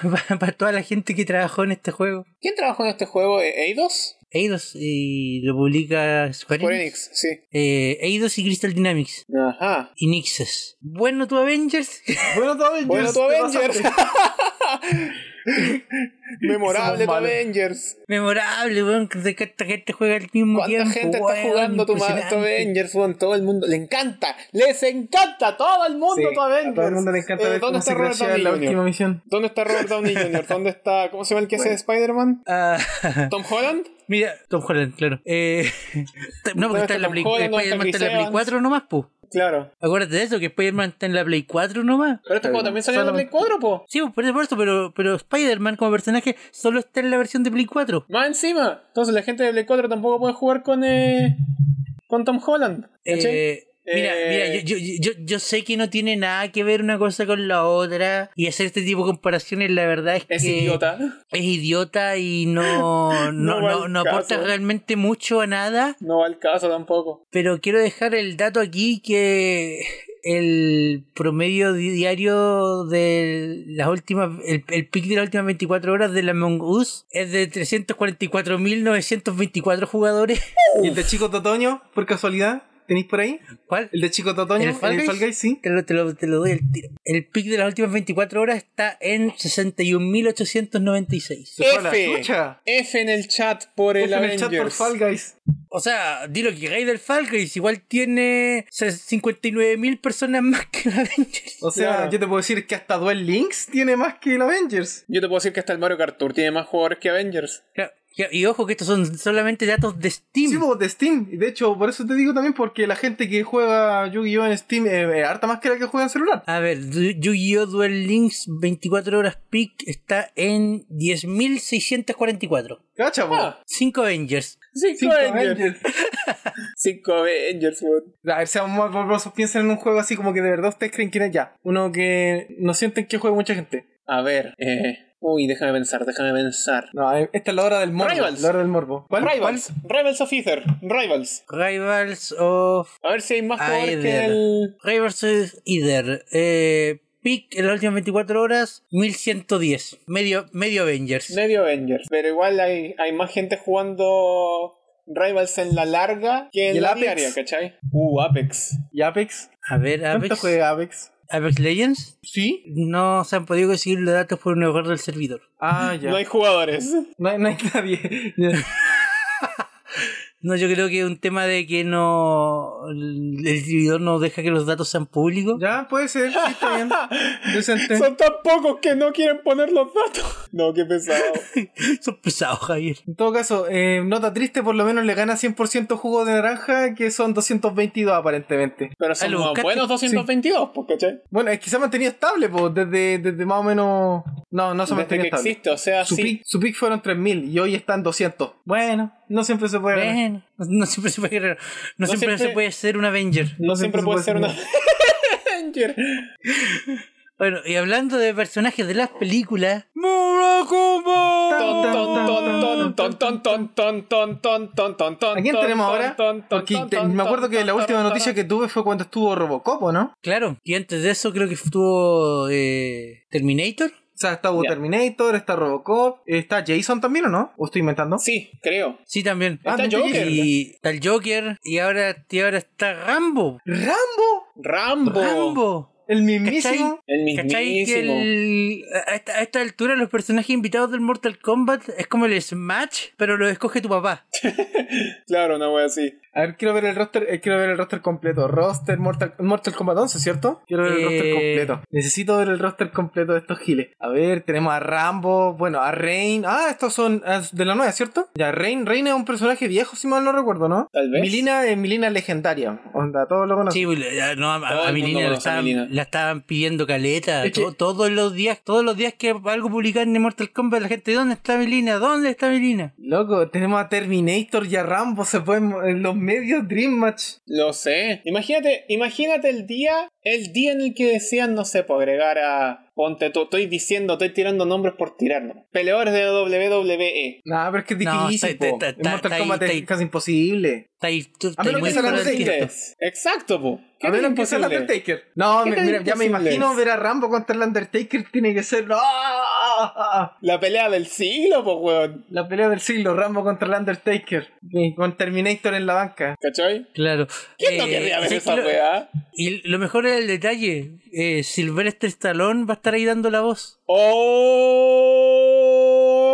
Speaker 1: para, toda la gente que trabajó en este juego.
Speaker 2: ¿Quién trabajó en este juego? ¿E- ¿Eidos?
Speaker 1: Eidos y lo publica Square
Speaker 2: Square
Speaker 1: Enix.
Speaker 2: Enix, sí.
Speaker 1: Eh, Eidos y Crystal Dynamics.
Speaker 2: Ajá.
Speaker 1: Y Nixes. Bueno, tu Avengers.
Speaker 3: Bueno, tu Avengers.
Speaker 2: Bueno, tu
Speaker 3: te
Speaker 2: Avengers.
Speaker 3: pasaste.
Speaker 2: Memorable tu
Speaker 3: Somos malos.
Speaker 2: Avengers.
Speaker 1: Memorable, weón. De que esta gente juega al mismo
Speaker 2: ¿Cuánta
Speaker 1: tiempo.
Speaker 2: gente está
Speaker 1: weón,
Speaker 2: jugando tu, ma- tu
Speaker 1: impresionante.
Speaker 2: Avengers? weón? todo el mundo. Le encanta. Les encanta a todo el mundo
Speaker 3: Sí,
Speaker 2: tu Avengers.
Speaker 3: a todo el mundo le encanta
Speaker 2: Eh, ¿Dónde
Speaker 3: ver cómo
Speaker 2: está
Speaker 3: se
Speaker 2: Robert
Speaker 3: crashea
Speaker 2: Downey
Speaker 3: la
Speaker 2: Jr.?
Speaker 3: última misión.
Speaker 2: ¿Dónde está Robert Downey Jr.? ¿Dónde está. ¿Cómo se llama el que hace de
Speaker 3: Bueno.
Speaker 2: Spider-Man?
Speaker 1: Ah,
Speaker 2: ¿Tom Holland?
Speaker 1: mira, Tom Holland, claro. Eh, no, porque
Speaker 2: ¿Dónde
Speaker 1: está
Speaker 2: está
Speaker 1: en la Play,
Speaker 2: Tom Holland? ¿Dónde
Speaker 1: Spider-Man está
Speaker 2: está
Speaker 1: en la
Speaker 2: Chris
Speaker 1: Play
Speaker 2: Evans?
Speaker 1: 4 nomás, po.
Speaker 2: Claro.
Speaker 1: Acuérdate de eso, que Spider-Man está en la Play 4 nomás.
Speaker 2: Pero este
Speaker 3: Claro.
Speaker 2: juego también salió en la Play
Speaker 3: Solamente-
Speaker 2: 4, po.
Speaker 1: Sí, por supuesto, pero, pero Spider-Man como personaje solo está en la versión de Play 4.
Speaker 2: Más encima. Entonces la gente de Play 4 tampoco puede jugar con. eh, con Tom Holland. ¿Cachai?
Speaker 1: Eh, mira,
Speaker 2: Eh,
Speaker 1: mira yo, yo- yo- yo sé que no tiene nada que ver una cosa con la otra y hacer este tipo de comparaciones la verdad es,
Speaker 2: es
Speaker 1: que
Speaker 2: idiota.
Speaker 1: es idiota y no, no,
Speaker 2: No va
Speaker 1: no,
Speaker 2: al
Speaker 1: no aporta
Speaker 2: caso.
Speaker 1: realmente mucho a nada,
Speaker 2: No va al caso tampoco.
Speaker 1: pero quiero dejar el dato aquí que el promedio di- diario de las últimas, el, el pick de las últimas 24 horas de la Among Us es de 344.924 jugadores.
Speaker 3: ¿Y el de Chico Totoño, por casualidad? ¿Tenéis por ahí?
Speaker 1: ¿Cuál?
Speaker 3: ¿El de Chico Totoño?
Speaker 1: ¿El Fall
Speaker 3: ¿El
Speaker 1: Guys?
Speaker 3: Fall Guys? Sí.
Speaker 1: Te lo, te lo- te lo doy el tiro. El pick de las últimas 24 horas está en 61.896.
Speaker 3: Se fue a la
Speaker 2: F.
Speaker 3: chucha.
Speaker 2: F en el chat por el
Speaker 3: Puso en el
Speaker 2: Avengers.
Speaker 3: chat por Fall Guys.
Speaker 1: O sea, di lo que queráis del Fall Guys, igual tiene 59.000 personas más que la Avengers.
Speaker 3: O sea,
Speaker 2: Claro.
Speaker 3: yo te puedo decir que hasta Duel Links tiene más que el Avengers.
Speaker 2: Yo te puedo decir que hasta el Mario Kart Tour tiene más jugadores que Avengers.
Speaker 1: Claro, Y, y ojo que estos son solamente datos de Steam.
Speaker 3: Sí, pues, de Steam. Y de hecho, por eso te digo también, porque la gente que juega Yu-Gi-Oh! en Steam eh, es harta más que la que juega en celular.
Speaker 1: A ver, Du- Yu-Gi-Oh! Duel Links 24 horas peak está en 10.644.
Speaker 3: ¿Cacha, pues. po?
Speaker 2: Ah.
Speaker 1: 5 Avengers.
Speaker 2: Cinco,
Speaker 3: Cinco
Speaker 2: Avengers.
Speaker 3: Avengers.
Speaker 2: Cinco Avengers, weón.
Speaker 3: eh, A ver, seamos más borrosos. Piensen en un juego así como que de verdad ustedes creen que era ya. Uno que no sienten que juega mucha gente.
Speaker 2: A ver, eh. Uy, déjame pensar, déjame pensar.
Speaker 3: No, eh, esta es la hora del morbo.
Speaker 2: Rivals.
Speaker 3: La hora del morbo. ¿Cuál?
Speaker 2: Rivals. Rivals of Ether. Rivals.
Speaker 1: Rivals of.
Speaker 2: A ver si hay más jugadores que
Speaker 1: Either.
Speaker 2: el.
Speaker 1: Rivals of Either. Eh, peak en las últimas 24 horas, 1110. Medio, medio Avengers.
Speaker 2: Medio Avengers. Pero igual hay, hay más gente jugando Rivals en la larga que en
Speaker 3: ¿Y el
Speaker 2: la
Speaker 3: Apex?
Speaker 2: diaria, ¿cachai? Uh, Apex.
Speaker 3: ¿Y Apex?
Speaker 1: A ver,
Speaker 3: ¿Cuánto
Speaker 1: Apex,
Speaker 3: juega Apex?
Speaker 1: Apex Legends.
Speaker 3: ¿Sí?
Speaker 1: No se han podido conseguir los datos por un error del servidor.
Speaker 3: Ah, ya.
Speaker 2: No hay jugadores.
Speaker 3: No hay, no hay nadie. Ya.
Speaker 1: No, yo creo que es un tema de que no. El el servidor no deja que los datos sean públicos.
Speaker 3: ya, puede ser. Sí, está bien. Decente.
Speaker 2: Son tan pocos que no quieren poner los datos. No, qué pesado.
Speaker 1: Son pesados, Javier.
Speaker 3: En todo caso, eh, nota triste, por lo menos le gana 100% jugo de naranja, que son 222 aparentemente.
Speaker 2: Pero
Speaker 1: Ah,
Speaker 2: son
Speaker 1: lo
Speaker 2: unos
Speaker 1: buscaste.
Speaker 2: buenos 222, pues, ¿cachai?
Speaker 3: Bueno, es que se ha mantenido estable, pues, desde, desde más o menos... No, no
Speaker 2: Desde
Speaker 3: se ha mantenido
Speaker 2: que
Speaker 3: estable.
Speaker 2: existe, o sea,
Speaker 3: Su,
Speaker 2: sí.
Speaker 3: pick, su pick fueron 3.000 y hoy están 200. Bueno, no siempre se puede... ganar.
Speaker 1: Bueno, no, no siempre se puede no, siempre,
Speaker 2: siempre-
Speaker 1: se puede ser un Avenger.
Speaker 2: No siempre puede ser una Avenger.
Speaker 1: Bueno, y hablando de personajes de las películas,
Speaker 2: Ton, ton,
Speaker 3: Tan, tan, tan,
Speaker 2: ton, ton, ton, ton, ton, ton, ton, ton, ton, ton,
Speaker 3: ¿A quién
Speaker 2: ton,
Speaker 3: tenemos
Speaker 2: ton,
Speaker 3: ahora?
Speaker 2: ton, ton,
Speaker 3: Porque
Speaker 2: ton,
Speaker 3: te-
Speaker 2: ton,
Speaker 3: me acuerdo
Speaker 2: ton,
Speaker 3: que la
Speaker 2: ton,
Speaker 3: última
Speaker 2: ton,
Speaker 3: noticia
Speaker 2: ton.
Speaker 3: que tuve fue cuando estuvo Robocop, ¿o ¿no?
Speaker 1: claro, y antes de eso creo que estuvo eh, Terminator.
Speaker 3: O sea, está
Speaker 2: Ya.
Speaker 3: Terminator, está Robocop, está Jason también, ¿o no? ¿O estoy inventando?
Speaker 2: Sí, creo.
Speaker 1: Sí, también.
Speaker 3: Ah,
Speaker 2: Está
Speaker 3: no,
Speaker 2: Joker.
Speaker 1: y está el Joker, y ahora, y ahora está Rambo.
Speaker 3: ¡Rambo!
Speaker 2: Rambo.
Speaker 1: Rambo.
Speaker 3: El mismísimo.
Speaker 2: El
Speaker 1: ¿Cachai? Que
Speaker 2: mismísimo.
Speaker 1: el- a, esta, a esta altura los personajes invitados del Mortal Kombat es como el Smash, pero lo escoge tu papá.
Speaker 2: Claro, una wea así.
Speaker 3: A ver, quiero ver el roster, eh, quiero ver el roster completo. Roster Mortal, Mortal Kombat 11, ¿cierto? Quiero ver el roster
Speaker 1: Eh.
Speaker 3: completo. Necesito ver el roster completo de estos giles. A ver, tenemos a Rambo, bueno, a Rain. Ah, estos son ah, de la nueva, ¿cierto? Ya, Rain, Rain es un personaje viejo, si mal no recuerdo, ¿no?
Speaker 2: Tal vez.
Speaker 3: Milina es Milina legendaria. Onda, todos lo conocen.
Speaker 1: Sí, la- no, a, a-
Speaker 2: Todo el
Speaker 1: a mi
Speaker 2: mundo
Speaker 1: niña la
Speaker 2: conoce a
Speaker 1: estaban,
Speaker 2: Milina.
Speaker 1: la estaban pidiendo caleta.
Speaker 3: Es que-
Speaker 1: to- todos los días, todos los días que algo publicaban de Mortal Kombat, la gente, ¿dónde está Melina? ¿Dónde está Melina?
Speaker 3: Loco, tenemos a Terminator y a Rambo, se pueden en los medios Dream Match.
Speaker 2: Lo sé. Imagínate, imagínate el día, el día en el que decían, no sé, pues agregar a. Ponte tú, estoy diciendo, estoy tirando nombres por tirarnos. Peleadores de E. WWE.
Speaker 3: Nah, pero es que es
Speaker 1: No,
Speaker 3: difícil,
Speaker 1: está-
Speaker 3: po.
Speaker 1: está-
Speaker 3: En
Speaker 1: está-
Speaker 3: Mortal
Speaker 1: está
Speaker 3: Kombat
Speaker 1: ahí,
Speaker 3: es
Speaker 1: está ahí.
Speaker 3: casi imposible.
Speaker 1: Está ahí, tú-
Speaker 3: A
Speaker 1: está ahí
Speaker 3: menos que
Speaker 1: muy
Speaker 3: sea la
Speaker 1: fuera del
Speaker 3: Undertaker.
Speaker 1: tiempo.
Speaker 2: Ustedes. Exacto, po. ¿Qué
Speaker 3: A ver,
Speaker 2: tan
Speaker 3: empieza el
Speaker 2: imposible?
Speaker 3: Undertaker. No,
Speaker 2: ¿Qué
Speaker 3: me-
Speaker 2: tan
Speaker 3: mira, ya me
Speaker 2: imposible
Speaker 3: imagino
Speaker 2: es?
Speaker 3: ver a Rambo contra el Undertaker tiene que ser. ¡Ah!
Speaker 2: La pelea del siglo, po, weón.
Speaker 3: La pelea del siglo, Rambo contra el Undertaker. Y Con Terminator en la banca.
Speaker 2: ¿Cachai?
Speaker 1: Claro.
Speaker 2: ¿Quién no
Speaker 1: Eh,
Speaker 2: querría ver
Speaker 1: sí,
Speaker 2: esa
Speaker 1: lo-
Speaker 2: weá?
Speaker 1: Y lo mejor es el detalle. Eh, Sylvester Stallone va a estar ahí dando la voz.
Speaker 2: ¡Oh!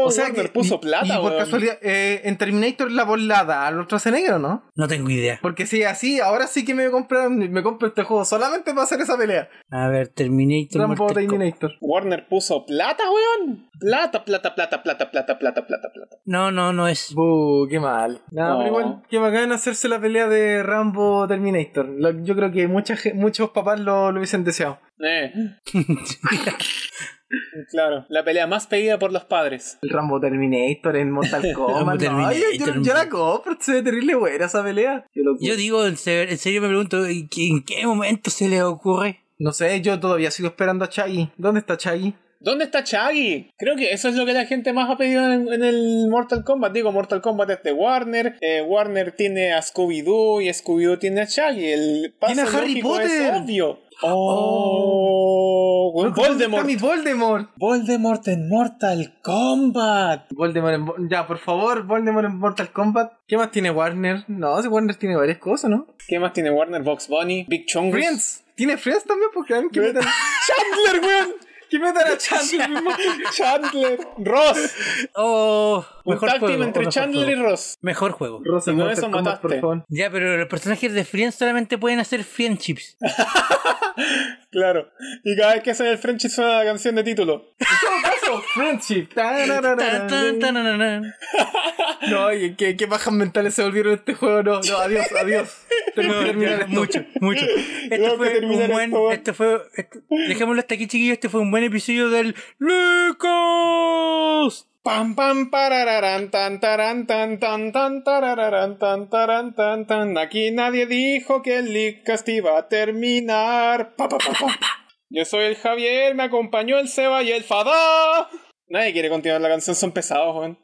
Speaker 2: O sea, Warner puso
Speaker 3: y-
Speaker 2: plata,
Speaker 3: Y por
Speaker 2: weón.
Speaker 3: casualidad, eh, en Terminator la volada al otro negro, ¿no?
Speaker 1: No tengo idea.
Speaker 3: Porque si es así, ahora sí que me compraron, me compro este juego solamente para hacer esa pelea.
Speaker 1: A ver, Terminator.
Speaker 3: Rambo
Speaker 1: Mortal Kombat.
Speaker 3: Terminator.
Speaker 2: Warner puso plata, weón. Plata, plata, plata, plata, plata, plata, plata, plata.
Speaker 1: No, no, no es.
Speaker 3: Buh, qué mal. No,
Speaker 2: No.
Speaker 3: pero igual, qué bacán hacerse la pelea de Rambo Terminator. Lo- yo creo que mucha, ge- muchos papás lo, lo hubiesen deseado.
Speaker 2: Eh. claro, la pelea más pedida por los padres.
Speaker 3: El Rambo Terminator en Mortal
Speaker 1: Rambo
Speaker 3: Kombat. no, yo, yo-
Speaker 1: Terminator.
Speaker 3: yo la compro, se ve terrible buena esa pelea. Qué locura.
Speaker 1: Yo digo, en ser- en serio me pregunto, ¿en qué- en qué momento se le ocurre?
Speaker 3: no sé, yo todavía sigo esperando a Chaggy. ¿Dónde está Chaggy?
Speaker 2: ¿Dónde está Chaggy? Creo que eso es lo que la gente más ha pedido en, en el Mortal Kombat. Digo, Mortal Kombat es de Warner. eh, Warner tiene a Scooby-Doo y Scooby-Doo tiene a Chaggy. El paso
Speaker 3: Tiene a Harry
Speaker 2: lógico
Speaker 3: Potter.
Speaker 2: Es obvio. Oh, weón,
Speaker 3: ¿Dónde
Speaker 2: Voldemort.
Speaker 3: Está mi Voldemort.
Speaker 2: Voldemort en Mortal Kombat.
Speaker 3: Voldemort en Vo- Ya, por favor, Voldemort en Mortal Kombat. ¿Qué más tiene Warner? No, si Warner tiene varias cosas, ¿no?
Speaker 2: ¿Qué más tiene Warner? Box Bunny, Big Chong.
Speaker 3: Friends. ¿Tiene Friends también? Porque a mí que metan...
Speaker 2: Chandler, weón.
Speaker 3: que metan a Chandler mismo.
Speaker 2: Chandler. Ross.
Speaker 1: Oh,
Speaker 2: Un
Speaker 1: mejor
Speaker 2: tag team
Speaker 1: juego.
Speaker 2: entre
Speaker 1: o mejor
Speaker 2: Chandler
Speaker 1: juego.
Speaker 2: y Ross.
Speaker 1: Mejor juego.
Speaker 3: Rosa,
Speaker 2: Y con
Speaker 3: Mortal
Speaker 2: eso
Speaker 3: Kombat,
Speaker 2: mataste.
Speaker 3: por favor.
Speaker 1: Ya, pero los personajes de Friends solamente pueden hacer friendships.
Speaker 2: Ah, Claro. Y cada vez que hacen el French suena la canción de título.
Speaker 3: Eso, friendship.
Speaker 1: Tan, tan, tan, nan, nan.
Speaker 3: No, oye, qué, qué bajas mentales se volvieron este juego. No, no, adiós, adiós. Tengo que terminar este
Speaker 1: Ya,
Speaker 3: esto.
Speaker 1: Mucho, mucho. Este
Speaker 2: Tengo que
Speaker 1: fue un
Speaker 2: terminar
Speaker 1: buen.
Speaker 2: esto.
Speaker 1: Este fue. este- dejémoslo hasta aquí, chiquillos. Este fue un buen episodio del. ¡Lucas!
Speaker 2: Pam pam parararán tan tarán tan tan tan tarararán tan tarán tan tan. Aquí nadie dijo que el Licast iba a terminar. Pa, pa, pa, pa. Yo soy el Javier, me acompañó el Seba y el Fada. Nadie quiere continuar la canción, son pesados, weón.